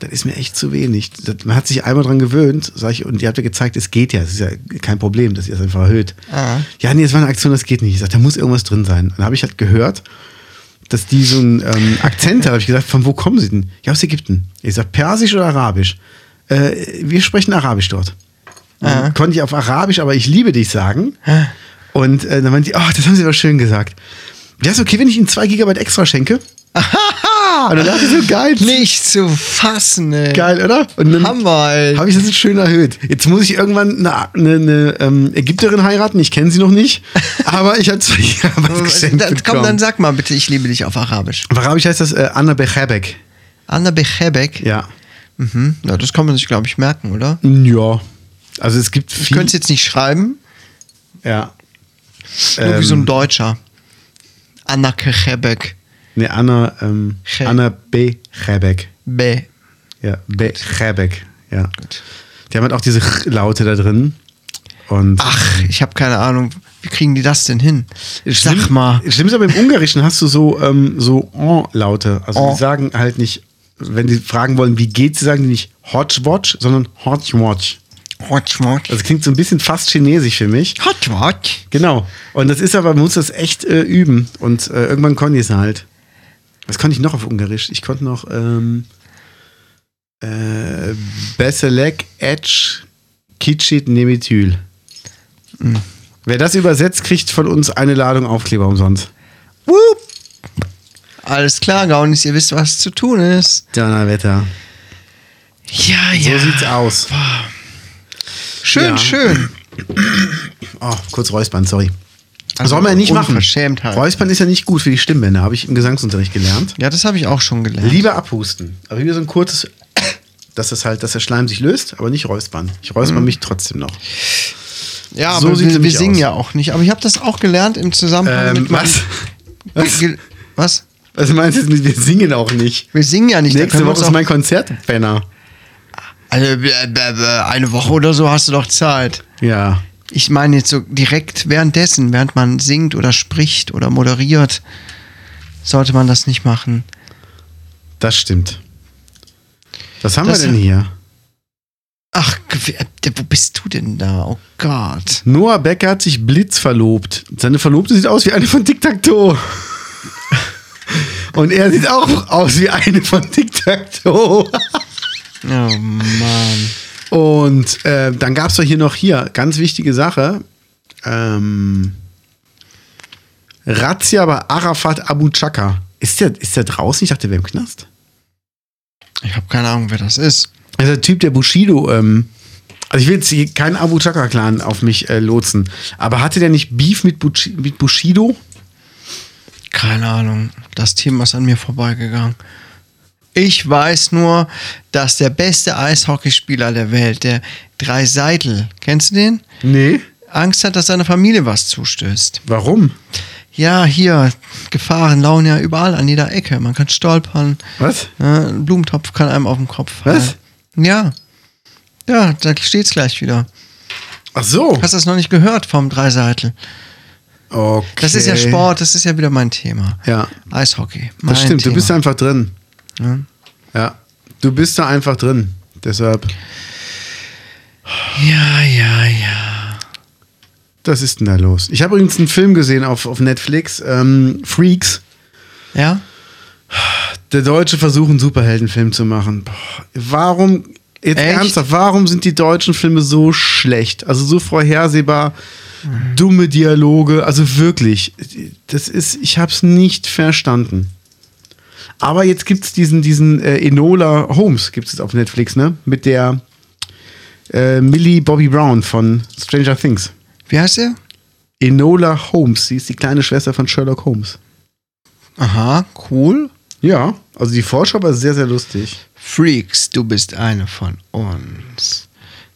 das ist mir echt zu wenig. Das, man hat sich einmal dran gewöhnt, sag ich, und ihr habt ja gezeigt, es geht ja, es ist ja kein Problem, dass ihr es einfach erhöht.
Ah.
Ja, nee, es war eine Aktion, das geht nicht. Ich sage, da muss irgendwas drin sein. Dann habe ich halt gehört, dass die so einen ähm, Akzent haben. Hab ich gesagt, von wo kommen sie denn? Ja, aus Ägypten. Ich sag, Persisch oder Arabisch? Äh, wir sprechen Arabisch dort. Dann Konnte ich auf Arabisch, aber ich liebe dich sagen. Und äh, dann meinte die, oh, das haben sie aber schön gesagt. Ja, ist okay, wenn ich ihnen zwei Gigabyte extra schenke. Und dann dachte ich so, geil,
Nicht zu fassen, ey.
geil, oder? Und dann
Hammer, ey.
habe ich das jetzt schön erhöht. Jetzt muss ich irgendwann eine, eine, eine ähm, Ägypterin heiraten. Ich kenne sie noch nicht, aber ich habe zwei Gigabyte geschenkt
Dann- Komm,
bekommen.
Oh, dann sag mal bitte, ich liebe dich auf Arabisch.
Auf Arabisch heißt das äh, Anna Bechabek.
Anna Bechebek.
Ja.
Mhm. Ja, das kann man sich, glaube ich, merken, oder?
Ja. Also es gibt
Ich
viel.
könnte es jetzt nicht schreiben,
Ja.
nur wie
Ähm.
so ein Deutscher. Anna Bechebek.
Ne, Anna, ähm,
Che-
Anna Bechabek.
B.
Ja, Bechabek. Ja.
Gut.
Die haben halt auch diese Ch Laute da drin. Und
Ach, ich habe keine Ahnung. Wie kriegen die das denn hin? Sag
Schlimm-
mal.
Schlimm ist aber im Ungarischen hast du so, ähm, so On-Laute. Also
On.
die sagen halt nicht, wenn die fragen wollen, wie geht's, sie sagen die nicht Hotchwatch, sondern Hotchwatch.
Hotchwatch.
Also klingt so ein bisschen fast chinesisch für mich.
Hotchwatch.
Genau. Und das ist aber, man muss das echt äh, üben. Und äh, irgendwann konnte ich es halt. Was konnte ich noch auf Ungarisch? Ich konnte noch ähm, äh, Besselek Edge Kitschit Nemethyl.
Mhm.
Wer das übersetzt, kriegt von uns eine Ladung Aufkleber umsonst.
Wup. Alles klar, Gaunis, ihr wisst, was zu tun ist.
Donnerwetter.
Ja,
So
ja.
sieht's aus.
schön,
Ja.
schön.
Oh, kurz Räuspern, sorry.
Also
Soll man ja nicht machen.
Unverschämtheit.
Räuspern ist ja nicht gut für die Stimmbänder, habe ich im Gesangsunterricht gelernt.
Ja, das habe ich auch schon gelernt.
Lieber abhusten. Aber wieder so ein kurzes, dass es halt, dass der Schleim sich löst, aber nicht räuspern. Ich räusper mich trotzdem noch.
Ja,
So
aber wir,
sieht's
wir
nämlich
singen
aus.
ja auch nicht. Aber ich habe das auch gelernt im Zusammenhang
Ähm,
mit meinem-
was? Was?
Ge- Was?
Was meinst du jetzt mit, wir singen auch nicht?
Wir singen ja nicht. da
Nächste
können wir
Woche
uns
ist
auch-
mein Konzert, Benner.
Also, bäh, bäh, bäh, eine Woche oder so hast du doch Zeit.
Ja.
Ich meine jetzt so direkt währenddessen, während man singt oder spricht oder moderiert, sollte man das nicht machen.
Das stimmt. Was haben
Das-
wir denn hier?
Ach, gew- äh, wo bist du denn da? Oh Gott.
Noah Becker hat sich Blitz verlobt. Seine Verlobte sieht aus wie eine von Tic Tac Toe. Und er sieht auch aus wie eine von Tic Tac Toe.
Oh Mann.
Und äh, dann gab es doch hier noch hier, ganz wichtige Sache. Ähm, Razzia bei Arafat Abu Chaka. Ist der, ist der draußen? Ich dachte, der wäre im Knast.
Ich habe keine Ahnung, wer das ist.
Das ist der Typ, der Bushido ähm, Also ich will jetzt hier keinen Abu Chaka-Clan auf mich äh, lotsen. Aber hatte der nicht Beef mit, Bushi- mit Bushido?
Keine Ahnung. Das Thema ist an mir vorbeigegangen. Ich weiß nur, dass der beste Eishockeyspieler der Welt, der Dreiseitel, kennst du den?
Nee.
Angst hat, dass seiner Familie was zustößt.
Warum?
Ja, hier, Gefahren lauern ja überall an jeder Ecke. Man kann stolpern.
Was?
Ja, ein Blumentopf kann einem auf den Kopf fallen.
Was?
Ja. Ja, da steht's gleich wieder.
Ach so.
Hast du das noch nicht gehört vom Dreiseitel?
Okay.
Das ist ja Sport, das ist ja wieder mein Thema.
Ja.
Eishockey. Mein
Das stimmt,
Thema.
du bist einfach drin.
Ja.
Ja. Du bist da einfach drin. Deshalb,
Ja, ja, ja.
das ist denn da los? Ich habe übrigens einen Film gesehen auf, auf Netflix, ähm, Freaks.
Ja?
Der Deutsche versucht, einen Superheldenfilm zu machen. Boah, warum, jetzt
Echt?
ernsthaft, warum sind die deutschen Filme so schlecht? Also so vorhersehbar, dumme Dialoge, also wirklich. Das ist, ich hab's nicht verstanden. Aber jetzt gibt's diesen, diesen äh, Enola Holmes, gibt's jetzt auf Netflix, ne? Mit der äh, Millie Bobby Brown von Stranger Things.
Wie heißt er?
Enola Holmes, sie ist die kleine Schwester von Sherlock Holmes.
Aha, cool.
Ja, also die Vorschau war sehr, sehr lustig.
Freaks, du bist eine von uns.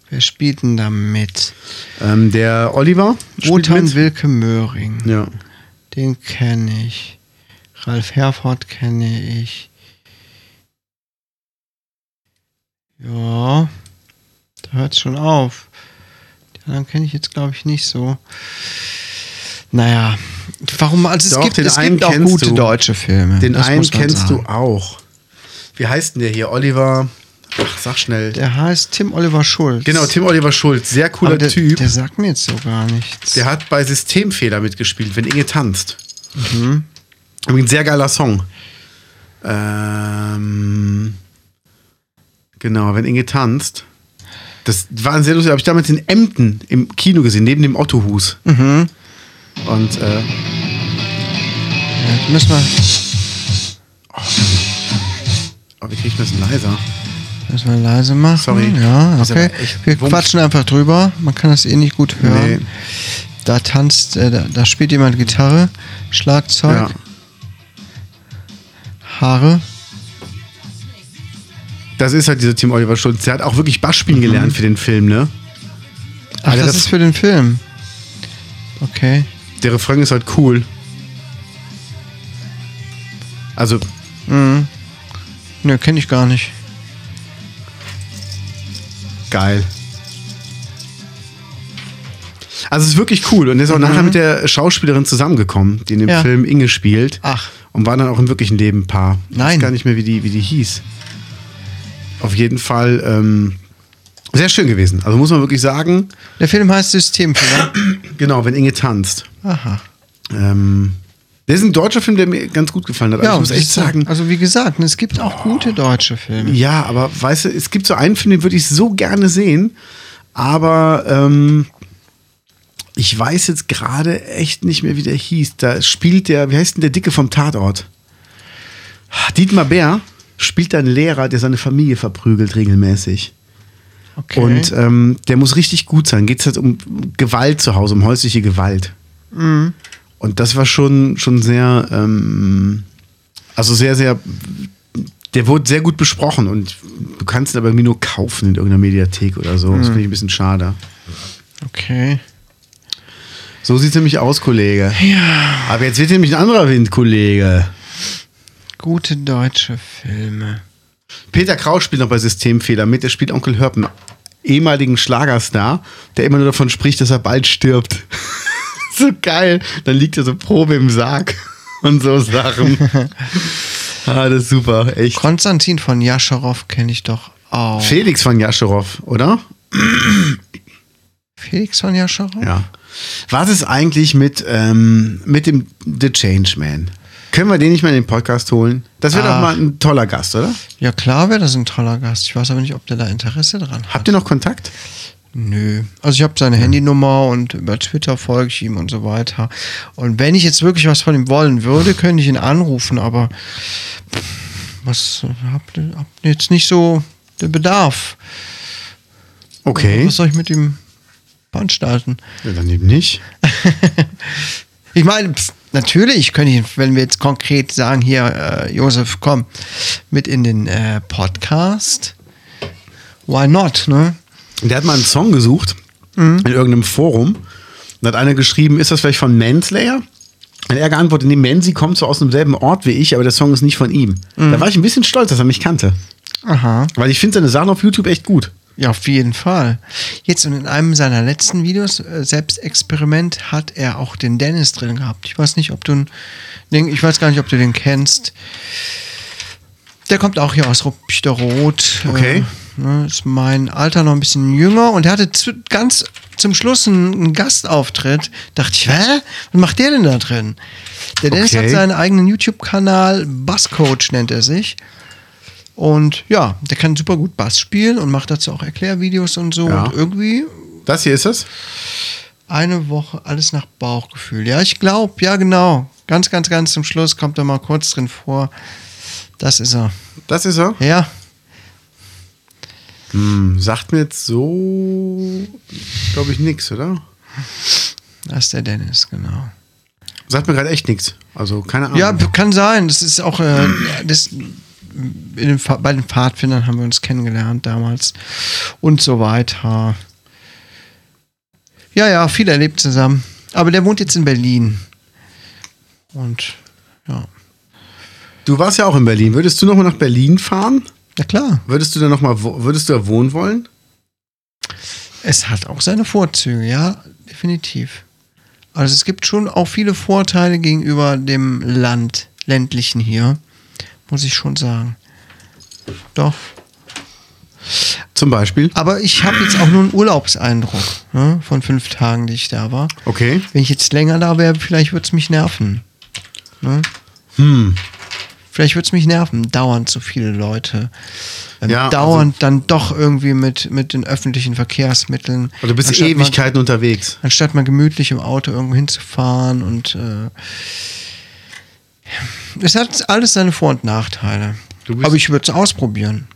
Wer spielt denn da mit?
Ähm, der Oliver. spielt
Wotan
mit.
Wilke Möhring.
Ja.
Den kenne ich. Ralf Herford kenne ich. Ja, da hört es schon auf. Die anderen kenne ich jetzt, glaube ich, nicht so. Naja, warum? Also
Doch,
es gibt,
den
es
einen
gibt auch
kennst
gute
du.
deutsche Filme.
Den
das
einen
muss man
kennst
sagen.
du auch. Wie heißt denn der hier? Oliver. Ach, sag schnell.
Der heißt Tim Oliver Schulz.
genau, Tim Oliver Schulz. Sehr cooler
Aber der,
Typ.
Der
Der,
sagt mir jetzt so gar nichts.
hat bei Systemfehler mitgespielt, wenn Inge tanzt. Mhm. Übrigens, sehr geiler Song. Ähm, genau, wenn Inge tanzt. Das war ein sehr lustig. Habe ich damals in Emden im Kino gesehen, neben dem Ottohus. Mhm. Und äh,
Ja, Äh, müssen, wir,
oh, wie kriegt man das denn leiser?
müssen wir leise machen.
Sorry.
Ja,
Muss
okay.
aber echt
Wir
Wumms.
quatschen einfach drüber. Man kann das eh nicht gut hören.
Nee.
Da tanzt, äh, da, da spielt jemand Gitarre, Schlagzeug,
Ja.
Haare.
Das ist halt dieser Tim Oliver Schulz. Der hat auch wirklich Bass spielen gelernt für den Film, ne?
Ach,
Alter,
das,
das-
ist für den Film. Okay.
Der Refrain ist halt cool. Also,
Nö, kenne ich gar nicht.
geil. Also, es ist wirklich cool. Und er ist auch nachher mit der Schauspielerin zusammengekommen, die in dem
Mhm. Ja.
Film Inge spielt.
Ach.
Und waren dann auch im wirklichen Leben ein Paar. Ich
Nein.
weiß gar nicht mehr, wie die, wie die hieß. Auf jeden Fall ähm, sehr schön gewesen. Also, muss man wirklich sagen,
Der Film heißt Systemfehler.
genau, wenn Inge tanzt.
Aha.
Ähm, das ist ein deutscher Film, der mir ganz gut gefallen hat. Also ich muss echt
siehst du,
sagen.
Also wie gesagt, es gibt auch gute deutsche Filme.
Ja, aber weißt du, es gibt so einen Film, den würde ich so gerne sehen, aber ähm, ich weiß jetzt gerade echt nicht mehr, wie der hieß. Da spielt der, wie heißt denn der Dicke vom Tatort? Dietmar Bär spielt da einen Lehrer, der seine Familie verprügelt regelmäßig.
Okay.
Und ähm, der muss richtig gut sein. Geht es halt um Gewalt zu Hause, um häusliche Gewalt. Und das war schon, schon sehr, ähm, also sehr, sehr, der wurde sehr gut besprochen und du kannst ihn aber irgendwie nur kaufen in irgendeiner Mediathek oder so. Das finde ich ein bisschen schade.
okay.
So sieht es nämlich aus, Kollege. Ja. Aber jetzt wird nämlich ein anderer Wind, Kollege.
Gute deutsche Filme.
Peter Kraus spielt noch bei Systemfehler mit. Er spielt Onkel Hörp, einen ehemaligen Schlagerstar, der immer nur davon spricht, dass er bald stirbt. so geil. Dann liegt er so Probe im Sarg und so Sachen. ah, das ist super, echt.
Konstantin von Jascherow kenne ich doch auch.
Felix von Jascherow, oder?
Felix von Jascherow?
Ja. Was ist eigentlich mit, ähm, mit dem The Changeman? Können wir den nicht mal in den Podcast holen? Das wäre doch
Ach.
mal ein toller Gast, oder?
Ja, klar wäre das ein toller Gast. Ich weiß aber nicht, ob der da Interesse dran hat.
Habt ihr noch Kontakt?
Nö. Also ich habe seine Handynummer und über Twitter folge ich ihm und so weiter. Und wenn ich jetzt wirklich was von ihm wollen würde, könnte ich ihn anrufen, aber was hab, hab jetzt nicht so den Bedarf.
Okay.
Was soll ich mit dem Band starten?
Ja, dann eben nicht.
Ich meine, pff, natürlich könnte ich, wenn wir jetzt konkret sagen, hier, äh, Josef, komm mit in den äh, Podcast. Why not, ne?
Der hat mal einen Song gesucht in irgendeinem Forum. Und hat einer geschrieben, ist das vielleicht von Manslayer? Und er geantwortet, nee, Mansi kommt so aus demselben Ort wie ich, aber der Song ist nicht von ihm. Da war ich ein bisschen stolz, dass er mich kannte.
Aha.
Weil ich finde seine Sachen auf YouTube echt gut.
Ja, auf jeden Fall. Jetzt und in einem seiner letzten Videos, äh, Selbstexperiment, hat er auch den Dennis drin gehabt. Ich weiß nicht, ob du n- den, ich weiß gar nicht, ob du den kennst. Der kommt auch hier aus Rupchterroth.
Okay.
Äh, ne, ist mein Alter noch ein bisschen jünger und er hatte zu, ganz zum Schluss einen, einen Gastauftritt. Dachte ich, hä? Was macht der denn da drin? Der Dennis
Okay.
hat seinen eigenen YouTube-Kanal, Basscoach nennt er sich. Und ja, der kann super gut Bass spielen und macht dazu auch Erklärvideos und so.
Ja.
Und irgendwie
Das hier ist es?
eine Woche alles nach Bauchgefühl. Ja, ich glaube, ja, genau. Ganz, ganz, ganz zum Schluss kommt er mal kurz drin vor. Das ist er.
Das ist er?
Ja,
Hm, sagt mir jetzt so, glaube ich, nichts, oder?
das ist der Dennis, genau.
Sagt mir gerade echt nichts. Also keine Ahnung.
Ja, kann sein. Das ist auch, äh, das, in den, Pfa- bei den Pfadfindern haben wir uns kennengelernt damals und so weiter. Ja, ja, viel erlebt zusammen. Aber der wohnt jetzt in Berlin. Und ja,
Du warst ja auch in Berlin. Würdest du nochmal nach Berlin fahren?
na klar,
Würdest du da nochmal, würdest du da wohnen wollen?
es hat auch seine Vorzüge, ja, definitiv. Also es gibt schon auch viele Vorteile gegenüber dem Land, ländlichen hier, muss ich schon sagen. Doch.
Zum Beispiel?
Aber ich habe jetzt auch nur einen Urlaubseindruck ne, von fünf Tagen, die ich da war.
Okay.
Wenn ich jetzt länger da wäre, vielleicht würde es mich nerven. Ne?
Hm.
Vielleicht würde es mich nerven, dauernd so viele Leute. Ähm,
Ja, also
dauernd dann doch irgendwie mit, mit den öffentlichen Verkehrsmitteln.
Also du bist
Anstatt mal-
Ewigkeiten unterwegs.
Anstatt mal gemütlich im Auto irgendwo hinzufahren und äh, es hat alles seine Vor- und Nachteile.
Du bist-
Aber ich würde es ausprobieren.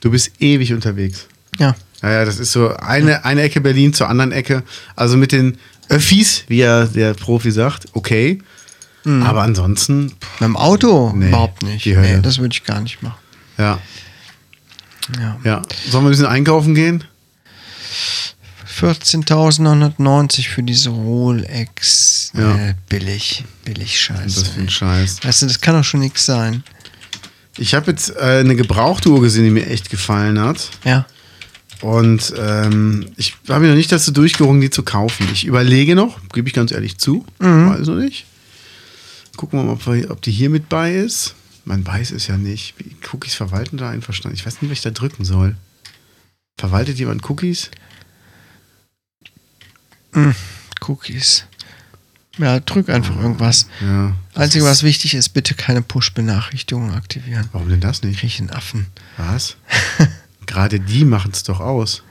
Du bist ewig unterwegs.
Ja.
Naja, das ist so eine, eine Ecke Berlin zur anderen Ecke. Also mit den Öffis, wie ja der Profi sagt, okay. Aber ansonsten, pff,
Mit dem Auto
Nee,
überhaupt nicht.
die Hölle.
Nee, das würde ich gar nicht machen.
ja.
Ja.
ja. Sollen wir ein bisschen einkaufen gehen?
14.990 für diese Rolex.
Ja.
Äh, billig. Billig
Was ist das
Scheiße.
für ein Scheiß.
Weißt du, das kann doch schon nichts sein.
Ich habe jetzt äh, eine gebrauchte Uhr gesehen, die mir echt gefallen hat.
Ja.
Und ähm, ich habe mich noch nicht dazu durchgerungen, die zu kaufen. Ich überlege noch, gebe ich ganz ehrlich zu.
Mhm.
Weiß noch nicht. Gucken wir mal, ob, wir, ob die hier mit bei ist. Man weiß es ja nicht. Wie- Cookies verwalten oder einverstanden? Ich weiß nicht, was ich da drücken soll. Verwaltet jemand Cookies?
Cookies. Ja, drück einfach irgendwas.
Ja. das
Einzige,
ist-
was wichtig ist, bitte keine Push-Benachrichtigungen aktivieren.
Warum denn das nicht?
Krieg ich einen Affen.
Was? Gerade die machen es doch aus.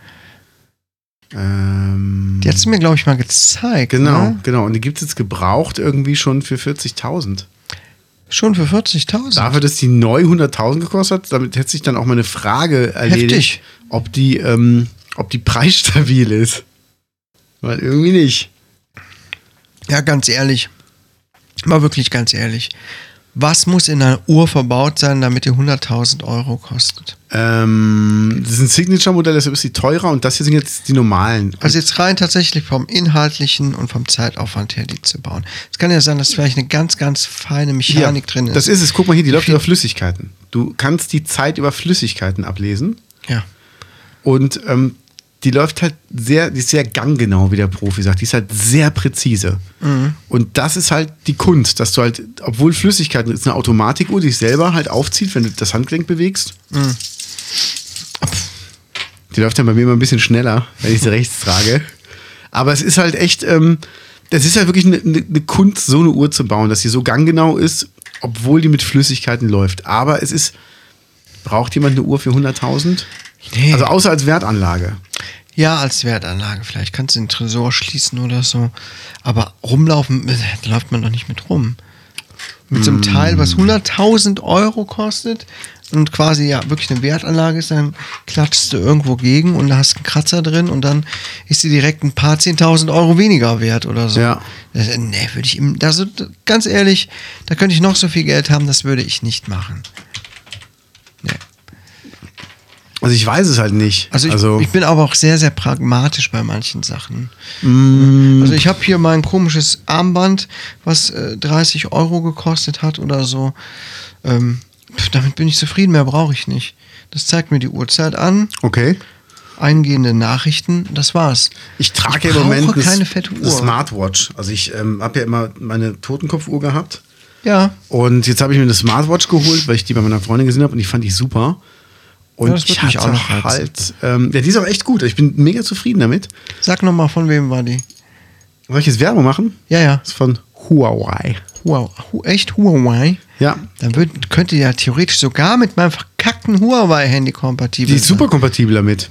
Ähm,
Die hast du mir, glaube ich, mal gezeigt.
genau,
Ne?
genau. Und die gibt es jetzt gebraucht irgendwie schon für 40.000.
Schon für 40.000.
Dafür, dass die neu 100.000 gekostet hat, damit hätte sich dann auch meine Frage erledigt,
Heftig.
ob die, ähm, ob die preisstabil ist. Weil irgendwie nicht.
Ja, ganz ehrlich. Mal wirklich ganz ehrlich. Was muss in einer Uhr verbaut sein, damit die 100.000 Euro kostet?
Ähm, das ist ein Signature-Modell, deshalb ist die teurer und das hier sind jetzt die normalen.
Also jetzt rein tatsächlich vom inhaltlichen und vom Zeitaufwand her, die zu bauen. Es kann ja sein, dass vielleicht eine ganz, ganz feine
Hier,
Mechanik drin ist.
Das ist es. Guck mal hier, die läuft
viel-
über Flüssigkeiten. Du kannst die Zeit über Flüssigkeiten ablesen
ja.
und ähm, die läuft halt sehr, die ist sehr ganggenau, wie der Profi sagt. Die ist halt sehr präzise. Und das ist halt die Kunst, dass du halt, obwohl Flüssigkeiten ist eine Automatikuhr, die sich selber halt aufzieht, wenn du das Handgelenk bewegst. Die läuft dann bei mir immer ein bisschen schneller, wenn ich sie rechts trage. Aber es ist halt echt, ähm, das ist halt wirklich eine, eine, eine Kunst, so eine Uhr zu bauen, dass sie so ganggenau ist, obwohl die mit Flüssigkeiten läuft. Aber es ist, braucht jemand eine Uhr für 100.000?
Nee.
Also außer als Wertanlage.
ja, als Wertanlage. Vielleicht kannst du den Tresor schließen oder so. Aber rumlaufen, äh, da läuft man doch nicht mit rum. Mit so einem Teil, was 100.000 Euro kostet, und quasi ja wirklich eine Wertanlage ist, dann klatschst du irgendwo gegen und da hast einen Kratzer drin und dann ist sie direkt ein paar 10.000 Euro weniger wert oder so.
Ja.
Das, äh, nee, würde ich ihm, also d- ganz ehrlich, da könnte ich noch so viel Geld haben, das würde ich nicht machen. Nee.
Also ich weiß es halt nicht.
Also ich, ich bin aber auch sehr, sehr pragmatisch bei manchen Sachen.
Mm.
Also ich habe hier mein komisches Armband, was äh, 30 Euro gekostet hat oder so. Ähm, pf, damit bin ich zufrieden, mehr brauche ich nicht. Das zeigt mir die Uhrzeit an,
okay.
eingehende Nachrichten, das war's.
Ich trage
Ich
im
brauche
Moment eine,
keine fette
eine
Uhr.
Smartwatch. Also ich ähm, habe ja immer meine Totenkopfuhr gehabt.
Ja,
Und jetzt habe ich mir eine Smartwatch geholt, weil ich die bei meiner Freundin gesehen habe und die fand ich super. Und
Ja, das wird
ich
mich
hatte
auch noch
halt. Ähm, ja, die ist auch echt gut. Ich bin mega zufrieden damit.
sag nochmal, von wem war die?
Soll ich jetzt Werbung machen?
Ja, ja.
Das ist von Huawei.
Wow, echt Huawei?
Ja.
Dann würd, könnte die ja theoretisch sogar mit meinem verkackten Huawei-Handy kompatibel
Die ist super kompatibel damit.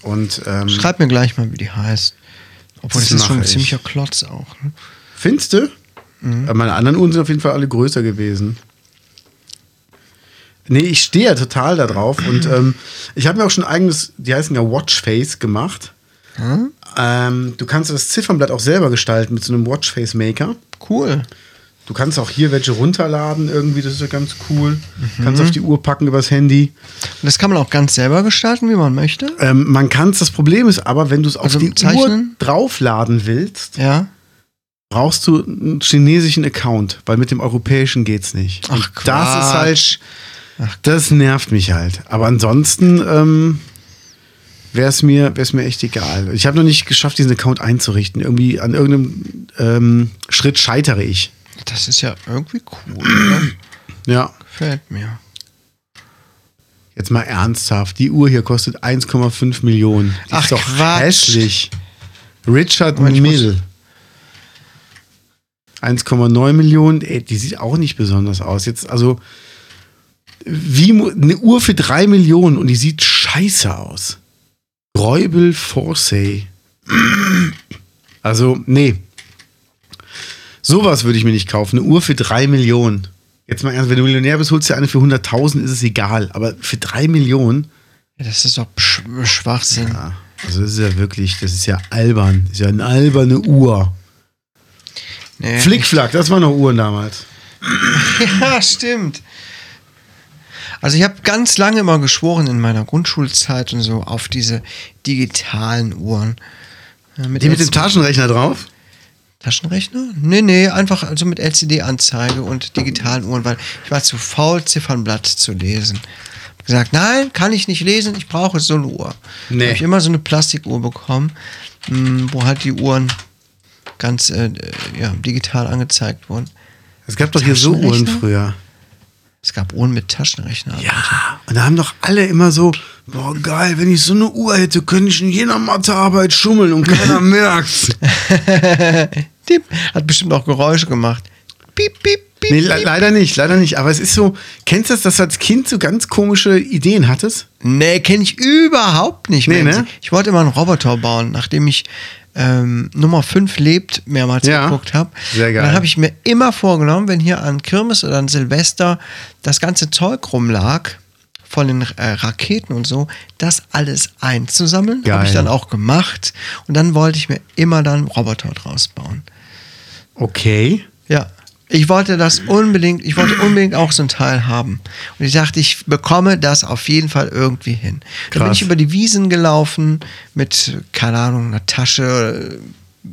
Und ähm,
Schreib mir gleich mal, wie die heißt. Obwohl,
Das
das, ist schon ein
mache ich.
ziemlicher Klotz auch. Ne?
findest du? Aber Meine anderen Uhren sind auf jeden Fall alle größer gewesen. Nee, ich stehe ja total da drauf. Und ähm, ich habe mir auch schon ein eigenes, die heißen ja Watchface gemacht. Ähm, du kannst das Ziffernblatt auch selber gestalten mit so einem Watchface-Maker.
Cool.
Du kannst auch hier welche runterladen irgendwie, das ist ja ganz cool.
Mhm.
Kannst auf die Uhr packen übers Handy.
Und das kann man auch ganz selber gestalten, wie man möchte.
Ähm, man kann es, das Problem ist aber, wenn du es auf
Also
die
zeichnen?
Uhr draufladen willst,
Ja.
brauchst du einen chinesischen Account, weil mit dem europäischen geht's nicht.
Ach,
Und Das ist halt,
Quatsch.
das nervt mich halt. Aber ansonsten ähm, wäre es mir, wär's mir echt egal. Ich habe noch nicht geschafft, diesen Account einzurichten. Irgendwie an irgendeinem ähm, Schritt scheitere ich.
Das ist ja irgendwie cool. Oder?
Ja.
Gefällt mir.
Jetzt mal ernsthaft, die Uhr hier kostet 1,5 Millionen. Die
Ach,
ist doch
Quatsch.
hässlich. Richard
Moment, ich
Mill. 1,9 Millionen, ey, die sieht auch nicht besonders aus. Jetzt, also, wie mu- eine Uhr für 3 Millionen und die sieht scheiße aus. Räubel Forsey. Also, nee. Sowas würde ich mir nicht kaufen. Eine Uhr für 3 Millionen. Jetzt mal ernst, wenn du Millionär bist, holst du dir eine für 100.000, ist es egal. Aber für 3 Millionen,
Ja, das ist doch Sch Schwachsinn.
ja, also das ist ja wirklich, das ist ja albern. Das ist ja eine alberne Uhr.
Nee.
Flickflack, das waren noch Uhren damals.
Ja, stimmt. Also ich habe ganz lange immer geschworen in meiner Grundschulzeit und so auf diese digitalen Uhren. Ja,
Die mit dem
LCD
Taschenrechner drauf?
Taschenrechner? Nee, nee, einfach also mit LCD-Anzeige und digitalen Uhren, weil ich war zu faul, Ziffernblatt zu lesen. Hab gesagt, nein, kann ich nicht lesen, ich brauche so eine Uhr.
Nee.
Habe ich immer so eine Plastikuhr bekommen, mh, wo halt die Uhren ganz äh, ja, digital angezeigt wurden.
Es gab doch hier so Uhren
Taschenrechner?
früher.
Es gab Uhren mit Taschenrechner.
Ja, und da haben doch alle immer so, boah geil, wenn ich so eine Uhr hätte, könnte ich in jeder Mathearbeit schummeln und keiner merkt's.
Tipp. Hat bestimmt auch Geräusche gemacht. Piep, piep, piep. Nee,
Nee, le leider nicht, leider nicht. Aber es ist so, kennst du das, dass du als Kind so ganz komische Ideen hattest?
nee kenne ich überhaupt nicht
Nee,
mehr.
ne?
Ich wollte immer einen Roboter bauen, nachdem ich ähm, Nummer 5 lebt mehrmals
Ja.
geguckt habe.
Sehr geil.
Dann habe ich mir immer vorgenommen, wenn hier an Kirmes oder an Silvester das ganze Zeug rumlag von den äh, Raketen und so, das alles einzusammeln, habe ich
Geil.
dann auch gemacht und dann wollte ich mir immer dann einen Roboter draus bauen.
Okay.
Ja. Ich wollte das unbedingt, ich wollte unbedingt auch so ein Teil haben. Und ich dachte, ich bekomme das auf jeden Fall irgendwie hin. Dann bin
Krass.
ich über die Wiesen gelaufen mit, keine Ahnung, einer Tasche äh,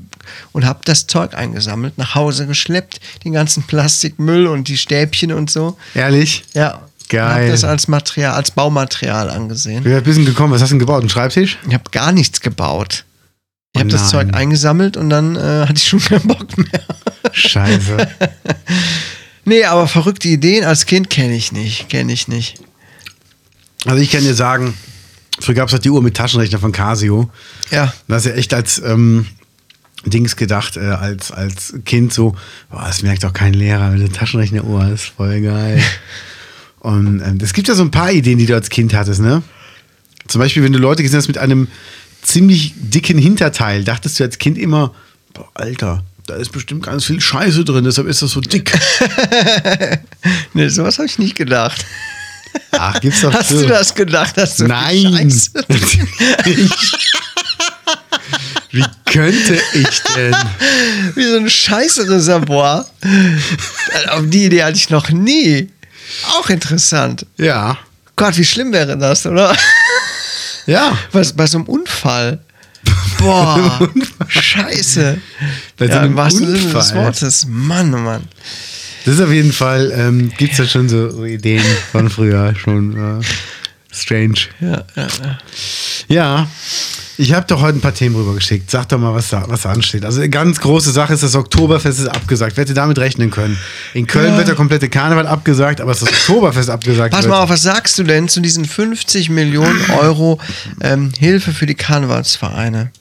und habe das Zeug eingesammelt, nach Hause geschleppt, den ganzen Plastikmüll und die Stäbchen und so.
Ehrlich?
Ja.
Geil.
Habe das als Material, als Baumaterial angesehen.
Wie weit bist du denn gekommen? Was hast du denn gebaut? Einen Schreibtisch?
Ich habe gar nichts gebaut. Ich habe
Oh
das Zeug
nein.
eingesammelt und dann äh, hatte ich schon keinen Bock mehr.
Scheiße.
Nee, aber verrückte Ideen als Kind kenne ich nicht. Kenne ich nicht.
Also ich kann dir sagen, früher gab es halt die Uhr mit Taschenrechner von Casio.
Ja.
Das ist ja echt als ähm, Dings gedacht, äh, als, als Kind so, boah, das merkt doch kein Lehrer, wenn du eine Taschenrechneruhr hast, voll geil. Und ähm, es gibt ja so ein paar Ideen, die du als Kind hattest, ne? Zum Beispiel, wenn du Leute gesehen hast mit einem ziemlich dicken Hinterteil, dachtest du als Kind immer, boah, Alter, da ist bestimmt ganz viel Scheiße drin, deshalb ist das so dick.
Nee, sowas habe ich nicht gedacht.
Ach, gibt's doch
Hast
so.
du das gedacht? Hast du
Nein.
Scheiße?
Wie könnte ich denn?
Wie so ein Scheiße-Reservoir. Äh, Auf die Idee hatte ich noch nie. Auch interessant.
Ja.
Gott, wie schlimm wäre das, oder?
Ja.
Was, bei so einem Unfall. Boah, Scheiße.
Bei so einem
im wahrsten Sinne des
Unfall.
Wortes. Mann, oh Mann.
Das ist auf jeden Fall, ähm, gibt's ja schon so so Ideen von früher schon. Äh, strange.
Ja, ja, ja.
Ja, ich habe doch heute ein paar Themen rübergeschickt. Sag doch mal, was da, was da ansteht. Also eine ganz große Sache ist, das Oktoberfest ist abgesagt. Wer hätte damit rechnen können? In Köln wird der komplette Karneval abgesagt, aber das Oktoberfest abgesagt
Pass
wird.
mal auf, was sagst du denn zu diesen 50 Millionen Euro ähm, Hilfe für die Karnevalsvereine,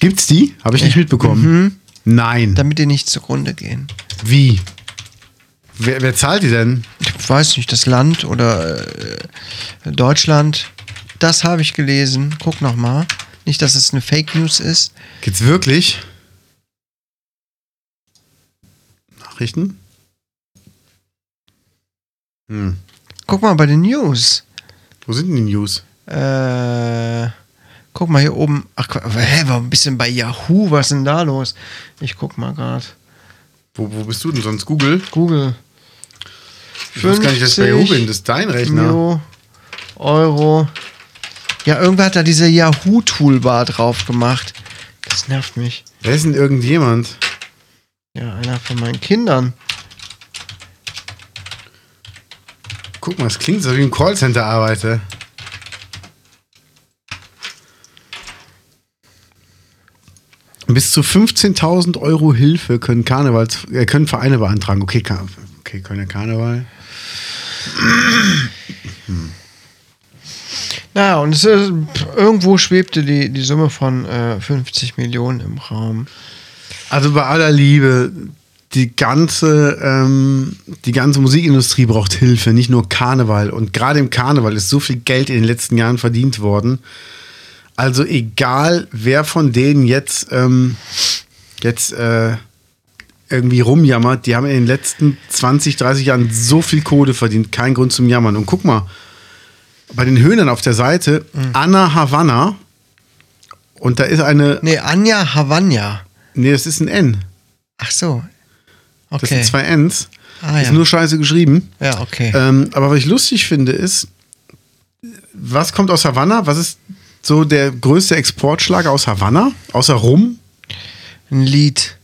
Gibt's die? Habe ich nicht
Äh,
mitbekommen.
mhm.
Nein.
damit die nicht zugrunde gehen?
Wie? Wer, wer zahlt die denn?
Ich weiß nicht, das Land oder äh, Deutschland. Das habe ich gelesen. Guck noch mal. Nicht, dass es eine Fake News ist.
Geht's wirklich? Nachrichten? Hm.
Guck mal bei den News.
Wo sind denn die News?
Äh, guck mal hier oben. Ach, Qua- hä, war ein bisschen bei Yahoo. Was ist denn da los? Ich guck mal gerade.
Wo, wo bist du denn sonst? Google?
Google.
Ich weiß gar nicht, dass ich bei
50
Google bin. Das ist dein Rechner.
Mio, Euro. Ja, irgendwer hat da diese Yahoo-Toolbar drauf gemacht. Das nervt mich.
Wer ist denn irgendjemand?
Ja, einer von meinen Kindern.
Guck mal, es klingt so wie im Callcenter arbeite. Bis zu 15.000 Euro Hilfe können, Karnevals, äh, können Vereine beantragen. Okay, Kar okay Kölner Karneval.
Naja, und es ist, pff, irgendwo schwebte die, die Summe von äh, 50 Millionen im Raum.
Also bei aller Liebe, die ganze, ähm, die ganze Musikindustrie braucht Hilfe, nicht nur Karneval. Und gerade im Karneval ist so viel Geld in den letzten Jahren verdient worden. Also egal, wer von denen jetzt, ähm, jetzt äh, irgendwie rumjammert, die haben in den letzten 20, 30 Jahren so viel Kohle verdient, kein Grund zum Jammern. Und guck mal, bei den Höhnern auf der Seite, Anna Havanna, und da ist eine,
Nee, Anja Havanja.
nee, das ist ein N.
Ach so. Okay.
Das sind zwei Ns.
Ah,
ist
ja.
nur scheiße geschrieben.
ja, okay.
Ähm, aber was ich lustig finde, ist, was kommt aus Havanna? Was ist so der größte Exportschlager aus Havanna? Außer Rum?
Ein Lied.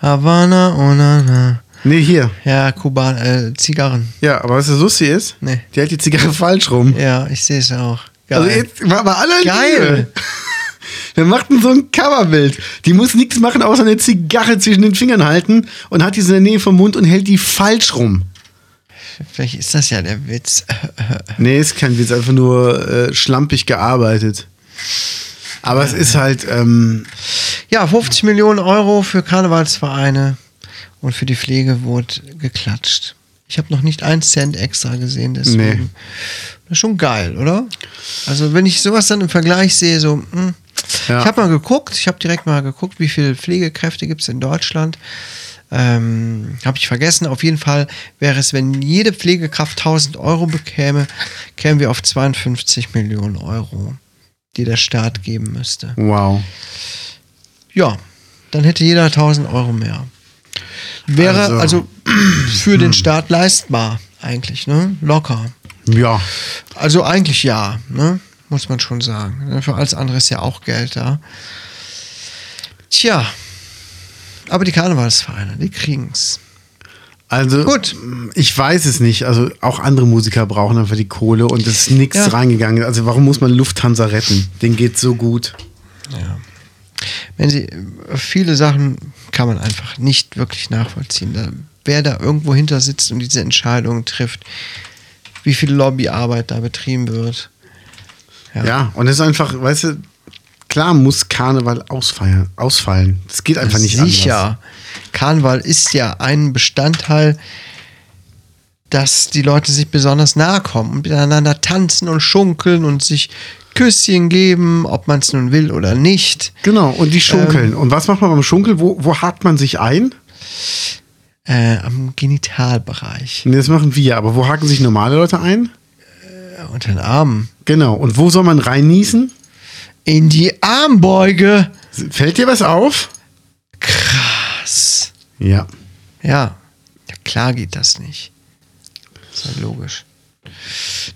Havana, oh na na.
Nee, hier.
Ja, Kuban, äh, Zigarren.
Ja, aber was das lustig ist,
Nee.
die hält die Zigarre falsch rum.
Ja, ich sehe es auch. Geil.
Also jetzt mal bei aller
Geil.
Liebe. Wir machten so ein Coverbild. Die muss nichts machen, außer eine Zigarre zwischen den Fingern halten und hat die so in der Nähe vom Mund und hält die falsch rum.
Vielleicht ist das ja der Witz.
Nee, ist kein Witz, einfach nur äh, schlampig gearbeitet. Aber es ist halt, ähm,
Ja, 50 Millionen Euro für Karnevalsvereine und für die Pflege wurde geklatscht. Ich habe noch nicht einen Cent extra gesehen, deswegen.
Nee.
Das ist schon geil, oder? Also, wenn ich sowas dann im Vergleich sehe, so, hm.
Ja.
ich habe mal geguckt, ich habe direkt mal geguckt, wie viele Pflegekräfte gibt es in Deutschland. Ähm, habe ich vergessen. Auf jeden Fall wäre es, wenn jede Pflegekraft 1000 Euro bekäme, kämen wir auf 52 Millionen Euro, die der Staat geben müsste.
wow.
Ja, dann hätte jeder 1000 Euro mehr. Wäre also,
Also-
für den Staat leistbar, eigentlich, ne? Locker.
Ja,
Also eigentlich ja, ne? Muss man schon sagen. Ne? Für alles andere ist ja auch Geld da. Tja. Aber die Karnevalsvereine, die kriegen's.
also
Gut.
ich weiß es nicht. Also auch andere Musiker brauchen einfach die Kohle und es ist nichts
Ja.
reingegangen. Also warum muss man Lufthansa retten? Den geht's so gut.
Wenn sie äh, viele Sachen kann man einfach nicht wirklich nachvollziehen. Da, wer da irgendwo hinter sitzt und diese Entscheidungen trifft, wie viel Lobbyarbeit da betrieben wird.
Ja, und es ist einfach, weißt du, klar muss Karneval ausfeiern, ausfallen. Das geht einfach nicht
Sicher.
anders.
Karneval ist ja ein Bestandteil, dass die Leute sich besonders nahe kommen und miteinander tanzen und schunkeln und sich Küsschen geben, ob man es nun will oder nicht.
Genau, und die
Ähm.
schunkeln. und was macht man beim Schunkeln? Wo, wo hakt man sich ein?
Äh, am Genitalbereich.
Nee, das machen wir, aber wo haken sich normale Leute ein?
Unter den Armen.
Genau. Und wo soll man reinniesen?
In die Armbeuge.
Fällt dir was auf?
Krass.
Ja.
Ja. ja klar geht das nicht. Ist ja logisch.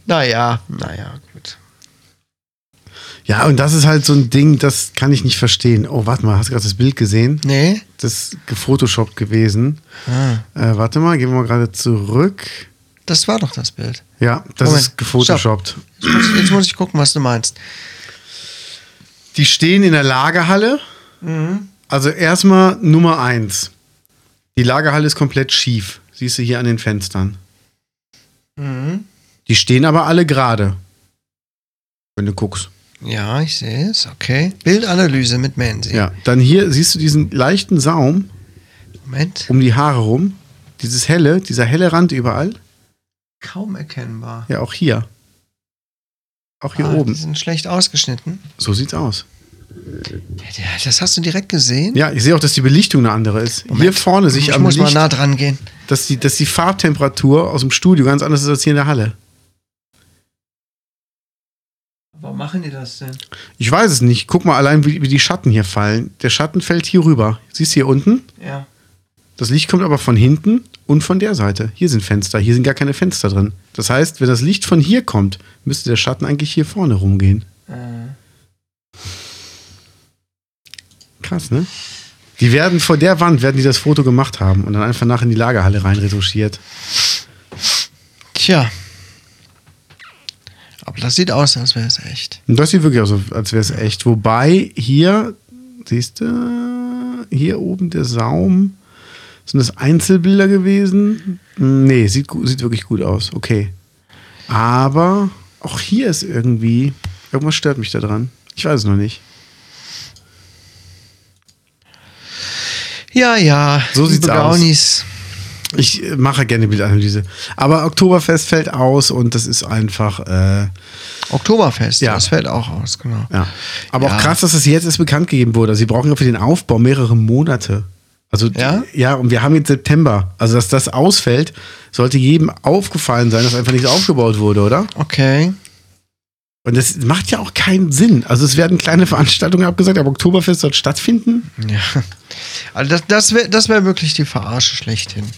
Naja, naja, gut.
Ja, und das ist halt so ein Ding, das kann ich nicht verstehen. Oh, warte mal, hast du gerade das Bild gesehen?
Nee?
Das ist gefotoshoppt gewesen. Äh, warte mal, gehen wir mal gerade zurück.
Das war doch das Bild.
Ja, das
Moment,
ist gefotoshoppt.
Jetzt muss, ich, jetzt muss ich gucken, was du meinst.
Die stehen in der Lagerhalle.
Mhm.
Also erstmal Nummer eins. Die Lagerhalle ist komplett schief. Siehst du hier an den Fenstern.
Mhm.
Die stehen aber alle gerade. Wenn du guckst.
Ja, ich sehe es. Okay. Bildanalyse mit Mansi.
Ja. Dann hier siehst du diesen leichten Saum
Moment.
um die Haare rum. Dieses helle, dieser helle Rand überall.
Kaum erkennbar.
Ja, auch hier. Auch hier
Ah, Die
oben.
sind schlecht ausgeschnitten.
So sieht's aus.
Ja, der- Das hast du direkt gesehen?
Ja, ich sehe auch, dass die Belichtung eine andere ist. Hier
Moment.
vorne sich
ich
am
muss
Licht,
mal nah dran gehen.
dass, die, dass die Farbtemperatur aus dem Studio ganz anders ist als hier in der Halle.
Warum machen die das denn?
Ich weiß es nicht. Guck mal allein, wie, wie die Schatten hier fallen. Der Schatten fällt hier rüber. Siehst du hier unten?
Ja.
Das Licht kommt aber von hinten und von der Seite. Hier sind Fenster. Hier sind gar keine Fenster drin. Das heißt, wenn das Licht von hier kommt, müsste der Schatten eigentlich hier vorne rumgehen.
äh.
Krass, ne? Die werden vor der Wand, werden die das Foto gemacht haben und dann einfach nach in die Lagerhalle reinretuschiert.
Tja. Aber das sieht aus, als wäre es echt.
Und das sieht wirklich aus, als wäre es echt. Wobei hier, siehst du, hier oben der Saum, sind das Einzelbilder gewesen? Nee, sieht, gu- sieht wirklich gut aus. Okay. Aber auch hier ist irgendwie, irgendwas stört mich da dran. Ich weiß es noch nicht.
Ja, ja.
So sieht's
liebe
aus.
Brownies.
Ich äh, mache gerne Bildanalyse. Aber Oktoberfest fällt aus und das ist einfach, äh,
Oktoberfest.
Ja.
Das fällt auch aus, genau.
ja. Aber
Ja.
auch krass, dass das jetzt erst bekannt gegeben wurde. Also Sie brauchen ja für den Aufbau mehrere Monate. Also, die-
Ja?
ja, und wir haben jetzt September. Also, dass das ausfällt, sollte jedem aufgefallen sein, dass einfach nicht aufgebaut wurde, oder?
Okay.
Und das macht ja auch keinen Sinn. Also, es werden kleine Veranstaltungen abgesagt, aber Oktoberfest soll stattfinden.
Ja. Also das, das wäre das wär wirklich die Verarsche schlechthin.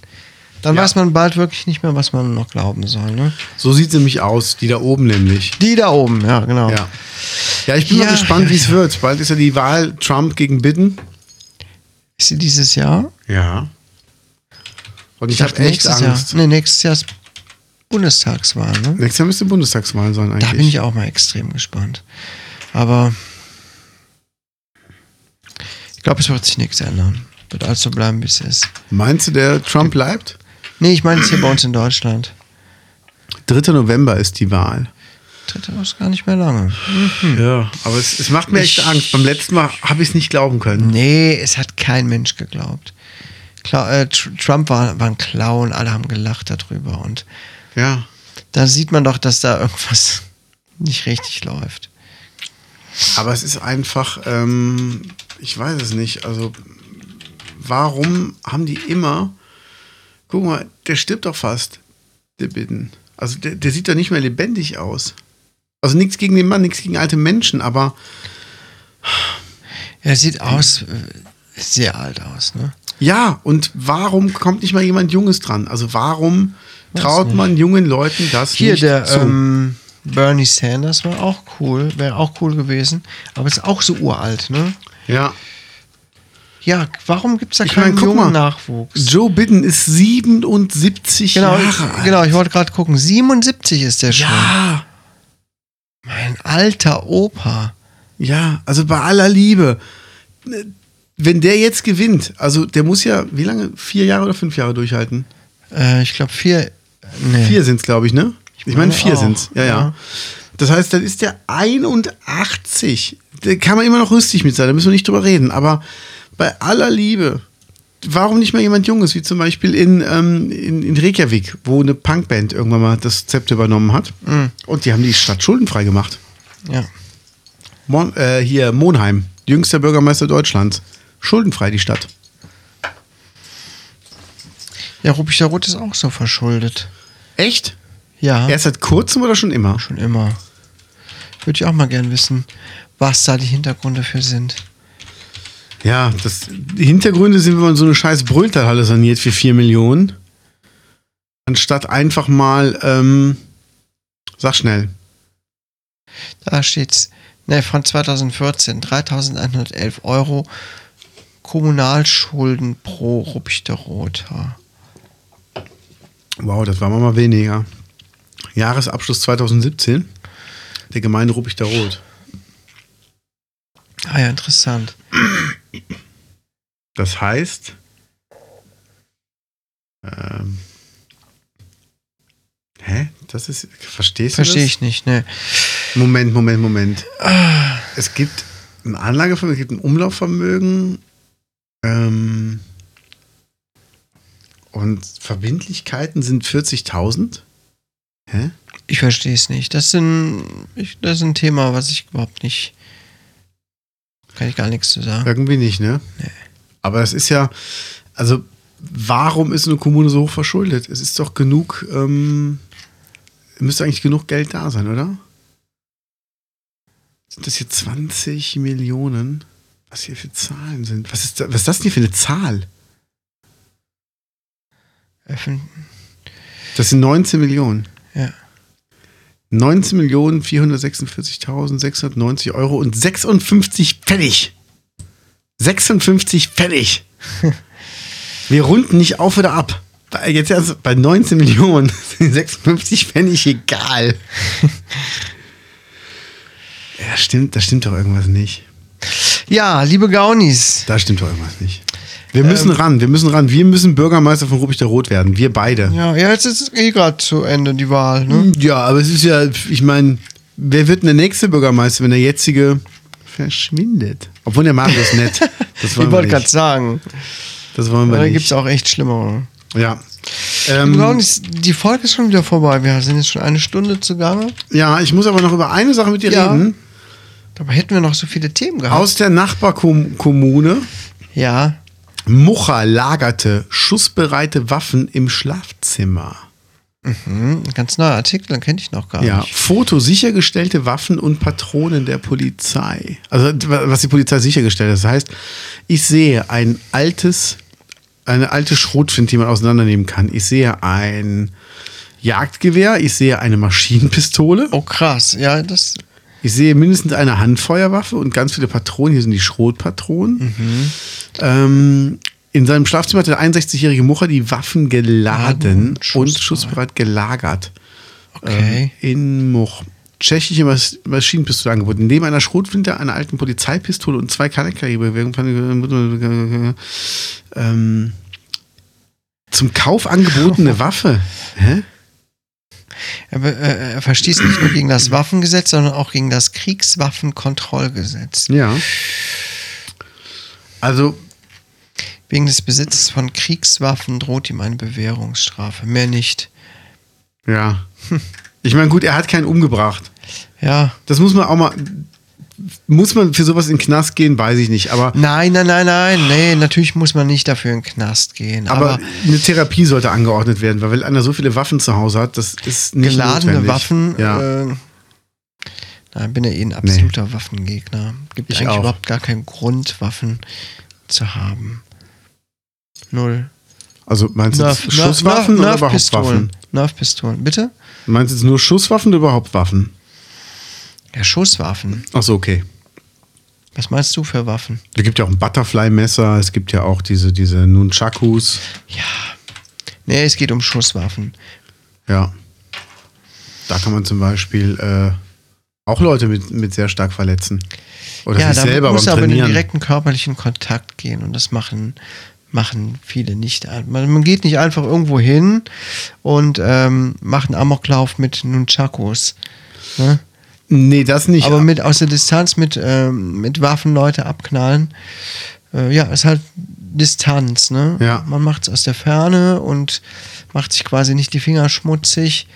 Dann
Ja.
weiß man bald wirklich nicht mehr, was man noch glauben soll. Ne?
So sieht sie nämlich aus, die da oben nämlich.
Die da oben, ja, genau.
Ja. Ja, ich bin
Ja,
mal gespannt,
ja,
wie es wird. Bald ist ja die Wahl Trump gegen Biden.
Ist sie dieses Jahr?
Ja. Und ich, habe
dachte,
echt
nächstes
Angst.
Jahr. Nee, nächstes Jahr ist Bundestagswahl. Ne?
Nächstes Jahr müsste Bundestagswahl sein eigentlich.
Da bin ich auch mal extrem gespannt. Aber ich glaube, es wird sich nichts ändern. Wird alles so bleiben, wie es ist.
Meinst du, der Trump bleibt?
Nee, ich meine es hier bei uns in Deutschland.
3. November ist die Wahl.
Dritte ist gar nicht mehr lange.
Ja, aber es, es macht mir echt Angst. Beim letzten Mal habe ich es nicht glauben können.
Nee, es hat kein Mensch geglaubt. Kla äh, Tr- Trump war, war ein Clown, alle haben gelacht darüber. Und
Hm. Ja.
da sieht man doch, dass da irgendwas nicht richtig läuft.
Aber es ist einfach, ähm, ich weiß es nicht. Also, warum haben die immer. Guck mal, der stirbt doch fast, der Bitten. Also, der, der sieht doch nicht mehr lebendig aus. Also, nichts gegen den Mann, nichts gegen alte Menschen, aber
Er sieht aus, äh, sehr alt aus, ne?
ja, und warum kommt nicht mal jemand Junges dran? Also, warum traut man jungen Leuten das
Hier,
nicht
der
zu?
ähm, Bernie Sanders war auch cool, wäre auch cool gewesen, aber ist auch so uralt, ne?
ja.
Ja, warum gibt es da
Ich
keinen
meine, guck
jungen
mal.
Nachwuchs?
Joe Biden ist 77
Genau,
Jahre alt.
genau, ich wollte gerade gucken. 77 ist der schon.
Ja,
Mein alter Opa.
ja, also bei aller Liebe. Wenn der jetzt gewinnt, also der muss ja, wie lange? Vier Jahre oder fünf Jahre durchhalten?
Äh, ich glaube, vier. Nee.
Vier sind's, glaube ich, ne? Ich meine,
meine
vier
auch,
sind's. Ja, ja,
ja.
Das heißt, dann ist der 81. Da kann man immer noch rüstig mit sein, da müssen wir nicht drüber reden. Aber bei aller Liebe, warum nicht mal jemand Junges, wie zum Beispiel in, ähm, in, in Reykjavik, wo eine Punkband irgendwann mal das Zept übernommen hat.
Mhm.
Und die haben die Stadt schuldenfrei gemacht.
Ja.
Mon, äh, hier, Monheim, jüngster Bürgermeister Deutschlands. Schuldenfrei die Stadt.
ja, Rupich der Roth ist auch so verschuldet.
Echt?
Ja.
Erst seit kurzem oder schon immer?
Schon immer. Würde ich auch mal gern wissen, was da die Hintergründe für sind.
Ja, das, die Hintergründe sind, wenn man so eine scheiß Brülltalhalle saniert für 4 Millionen. Anstatt einfach mal, ähm, sag schnell.
Da steht's. Ne, von 2014. 3111 Euro Kommunalschulden pro Ah, Ruppichter Roter.
Wow, das waren wir mal weniger. Jahresabschluss 2017 der Gemeinde Ruppig der Rot.
Ah ja, interessant.
Das heißt, ähm, hä? Das ist, verstehst du
Verstehe
das?
ich nicht, ne?
Moment, Moment, Moment. Es gibt ein Anlagevermögen, es gibt ein Umlaufvermögen ähm, und Verbindlichkeiten sind 40.000. Hä?
Ich verstehe es nicht. Das, sind, ich, das ist ein Thema, was ich überhaupt nicht. Kann ich gar nichts zu sagen.
Irgendwie nicht, ne? Aber das ist ja, also warum ist eine Kommune so hoch verschuldet? Es ist doch genug, ähm, müsste eigentlich genug Geld da sein, oder? Sind das hier 20 Millionen? Was hier für Zahlen sind? Was ist, da, was ist das denn hier für eine Zahl? Äh.
Öffn
Das sind 19 Millionen.
Ja.
19 Millionen 446.690 Euro und 56 Pfennig. 56 Pfennig. Wir runden nicht auf oder ab. Bei- Jetzt erst bei 19 Millionen sind 56 Pfennig egal. Ja, stimmt, da stimmt doch irgendwas nicht.
Ja, liebe Gaunis.
Da stimmt doch irgendwas nicht. Wir
Ähm.
müssen ran, wir müssen ran. Wir müssen Bürgermeister von Rubik der Rot werden. Wir beide.
Ja, ja, jetzt ist es eh gerade zu Ende, die Wahl, ne?
Ja, aber es ist ja, ich meine, wer wird denn der nächste Bürgermeister, wenn der jetzige verschwindet? Obwohl der Mario ist nett. Das wollen
Ich
wir
wollte gerade
nicht.
sagen,
Das wollen wir
da gibt es
nicht.
auch echt schlimmere.
Ja.
Liebe
Ähm,
Gaunis, die Folge ist schon wieder vorbei. Wir sind jetzt schon eine Stunde zugange.
ja, ich muss aber noch über eine Sache mit dir
Ja.
reden.
Dabei hätten wir noch so viele Themen gehabt.
Aus der Nachbarkommune
ja,
Mucha lagerte schussbereite Waffen im Schlafzimmer.
hm, ein ganz neuer Artikel, den kenne ich noch gar
Ja,
nicht.
Foto sichergestellte Waffen und Patronen der Polizei. Also was die Polizei sichergestellt hat. Das heißt, ich sehe ein altes, eine alte Schrotflinte, die man auseinandernehmen kann. Ich sehe ein Jagdgewehr, ich sehe eine Maschinenpistole,
Oh krass, ja, das.
ich sehe mindestens eine Handfeuerwaffe und ganz viele Patronen. Hier sind die Schrotpatronen.
Mhm.
Ähm, in seinem Schlafzimmer hat der 61-jährige Mucher die Waffen geladen
Ah,
und
schussbereit.
schussbereit gelagert Ähm.
Okay.
in Moch. Tschechische Mas Maschinenpistole angeboten. Neben einer Schrotflinte, einer alten Polizeipistole und zwei äh, Kanakaliber. Ähm, zum Kauf angebotene Waffe. Hä?
Er, be- äh, er verstieß nicht nur gegen das Waffengesetz, sondern auch gegen das Kriegswaffenkontrollgesetz.
Ja. Also,
Wegen des Besitzes von Kriegswaffen droht ihm eine Bewährungsstrafe. Mehr nicht.
ja. Ich meine, gut, er hat keinen umgebracht.
Ja.
Das muss man auch mal. Muss man für sowas in den Knast gehen, weiß ich nicht. Aber,
Nein, nein, nein, nein. Nee, natürlich muss man nicht dafür in den Knast gehen.
aber,
Aber,
eine Therapie sollte angeordnet werden, weil wenn einer so viele Waffen zu Hause hat, das ist nicht
geladene
notwendig.
Waffen.
Ja.
Äh, nein, bin ja eh ein absoluter Waffengegner. Gibt
Ich
eigentlich
auch.
überhaupt gar keinen Grund, Waffen zu haben. Null.
Also meinst du jetzt
Nerf-
Schusswaffen
Nerf-
oder
Nerf-
überhaupt
Nerfpistolen.
Waffen?
Nerfpistolen. Bitte?
Meinst du jetzt nur Schusswaffen oder überhaupt Waffen?
Ja, Schusswaffen.
Achso, okay.
Was meinst du für Waffen?
Es gibt ja auch ein Butterfly-Messer, es gibt ja auch diese, diese Nunchakus.
Ja. Nee, es geht um Schusswaffen.
Ja. Da kann man zum Beispiel äh, auch Leute mit, mit sehr stark verletzen. Oder
ja,
sich selber beim
muss aber in den
Trainieren.
direkten körperlichen Kontakt gehen und das machen, machen viele nicht. Also Man, man geht nicht einfach irgendwo hin und ähm, macht einen Amoklauf mit Nunchakos. Ne?
nee, das nicht.
Aber mit aus der Distanz mit, ähm, mit Waffen Leute abknallen. Äh, ja, ist halt Distanz, ne?
Ja.
Man macht es aus der Ferne und macht sich quasi nicht die Finger schmutzig.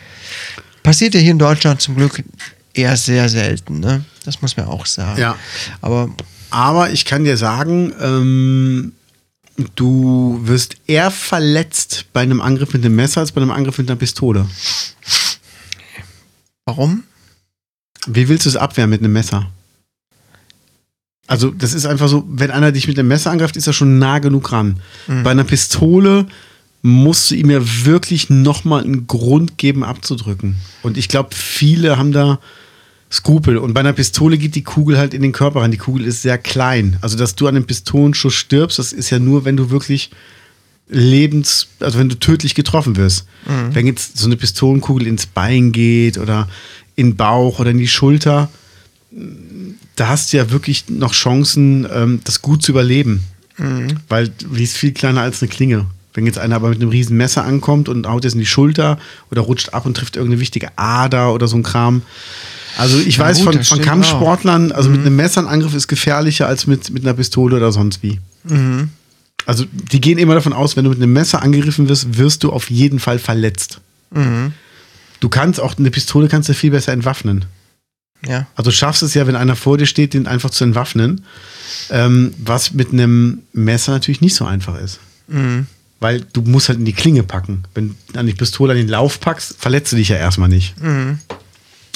Passiert ja hier in Deutschland zum Glück eher sehr selten, ne? Das muss man auch sagen.
Ja.
Aber
Aber ich kann dir sagen, ähm, du wirst eher verletzt bei einem Angriff mit einem Messer als bei einem Angriff mit einer Pistole.
Warum?
Wie willst du es abwehren mit einem Messer? Also, das ist einfach so, wenn einer dich mit einem Messer angreift, ist er schon nah genug ran. Bei einer Pistole musst du ihm ja wirklich nochmal einen Grund geben, abzudrücken. Und ich glaube, viele haben da Skrupel. Und bei einer Pistole geht die Kugel halt in den Körper rein. Die Kugel ist sehr klein. Also, dass du an einem Pistolenschuss stirbst, das ist ja nur, wenn du wirklich lebens, also wenn du tödlich getroffen wirst. Wenn jetzt so eine Pistolenkugel ins Bein geht oder in den Bauch oder in die Schulter, da hast du ja wirklich noch Chancen, ähm, das gut zu überleben.
Mhm.
Weil die ist viel kleiner als eine Klinge. Wenn jetzt einer aber mit einem riesen Messer ankommt und haut jetzt in die Schulter oder rutscht ab und trifft irgendeine wichtige Ader oder so ein Kram. Also ich
Ja,
weiß
gut,
von,
das
von
stimmt Mhm.
Kampfsportlern, also mit einem Messer ein Angriff ist gefährlicher als mit, mit einer Pistole oder sonst wie.
Mhm.
Also die gehen immer davon aus, wenn du mit einem Messer angegriffen wirst, wirst du auf jeden Fall verletzt.
Mhm.
Du kannst auch, eine Pistole kannst du viel besser entwaffnen.
Ja.
Also du schaffst es ja, wenn einer vor dir steht, den einfach zu entwaffnen. Ähm, was mit einem Messer natürlich nicht so einfach ist.
Mhm.
Weil du musst halt in die Klinge packen. Wenn du an die Pistole an den Lauf packst, verletzt du dich ja erstmal nicht.
Mhm.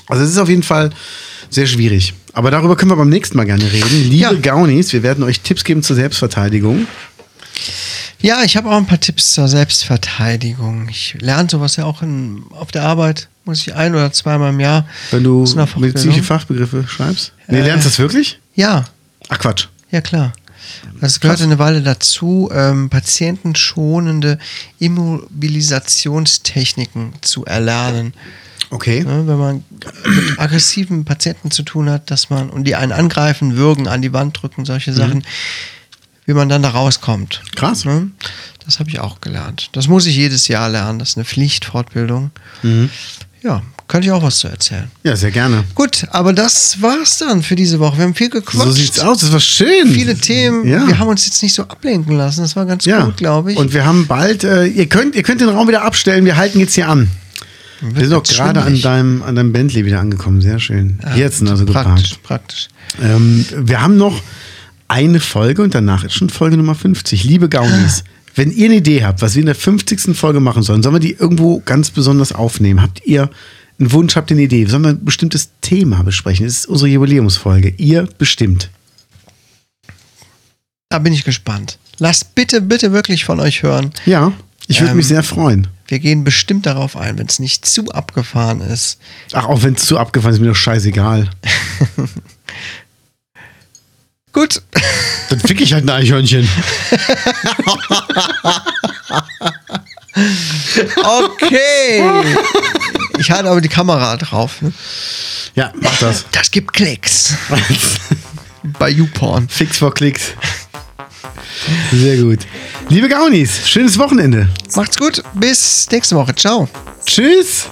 Also es ist auf jeden Fall sehr schwierig. Aber darüber können wir beim nächsten Mal gerne reden. Liebe
Ja.
Gaunis, wir werden euch Tipps geben zur Selbstverteidigung.
Ja, ich habe auch ein paar Tipps zur Selbstverteidigung. Ich lerne sowas ja auch in, auf der Arbeit. Muss ich ein oder zweimal im Jahr.
Wenn du
zu einer Fortbildung.
medizinische Fachbegriffe schreibst. Nee,
Äh.
lernst du das wirklich?
Ja,
Ach Quatsch.
ja klar. Das gehört eine Weile dazu, ähm, patientenschonende Immobilisationstechniken zu erlernen.
Okay.
Ne, wenn man mit aggressiven Patienten zu tun hat, dass man und die einen angreifen, würgen, an die Wand drücken, solche Sachen, wie man dann da rauskommt.
Mhm. Krass.
Ne? Das habe ich auch gelernt. Das muss ich jedes Jahr lernen. Das ist eine Pflichtfortbildung.
Mhm.
Ja, könnte ich auch was zu erzählen.
Ja, sehr gerne.
Gut, aber das war's dann für diese Woche. Wir haben viel gequatscht.
So sieht's aus, das war schön.
Viele Themen.
Ja.
Wir haben uns jetzt nicht so ablenken lassen. Das war ganz
ja.
gut, glaube ich.
Und wir haben bald, äh, ihr, könnt, ihr könnt den Raum wieder abstellen, wir halten jetzt hier an. Wir sind auch
jetzt
gerade an
schwindelig.
deinem, an deinem Bentley wieder angekommen, sehr schön.
Ja,
jetzt sind also
praktisch,
geparkt.
praktisch.
Ähm, wir haben noch eine Folge und danach ist schon Folge Nummer 50. Liebe Gaunis,
Ah.
wenn ihr eine Idee habt, was wir in der 50. Folge machen sollen, sollen wir die irgendwo ganz besonders aufnehmen? Habt ihr einen Wunsch, habt ihr eine Idee? Sollen wir ein bestimmtes Thema besprechen? Es ist unsere Jubiläumsfolge. Ihr bestimmt.
Da bin ich gespannt. Lasst bitte, bitte wirklich von euch hören.
Ja, ich würde
Ähm,
mich sehr freuen.
Wir gehen bestimmt darauf ein, wenn es nicht zu abgefahren ist.
Ach, auch wenn es zu abgefahren ist, mir doch scheißegal.
Gut,
Dann fick ich halt ein Eichhörnchen.
okay. ich hatte aber die Kamera drauf. Ne?
Ja, mach das.
Das gibt Klicks. Bei YouPorn.
Fix vor Klicks. Sehr gut. Liebe Gaunis, schönes Wochenende.
Macht's gut. Bis nächste Woche. Ciao.
Tschüss.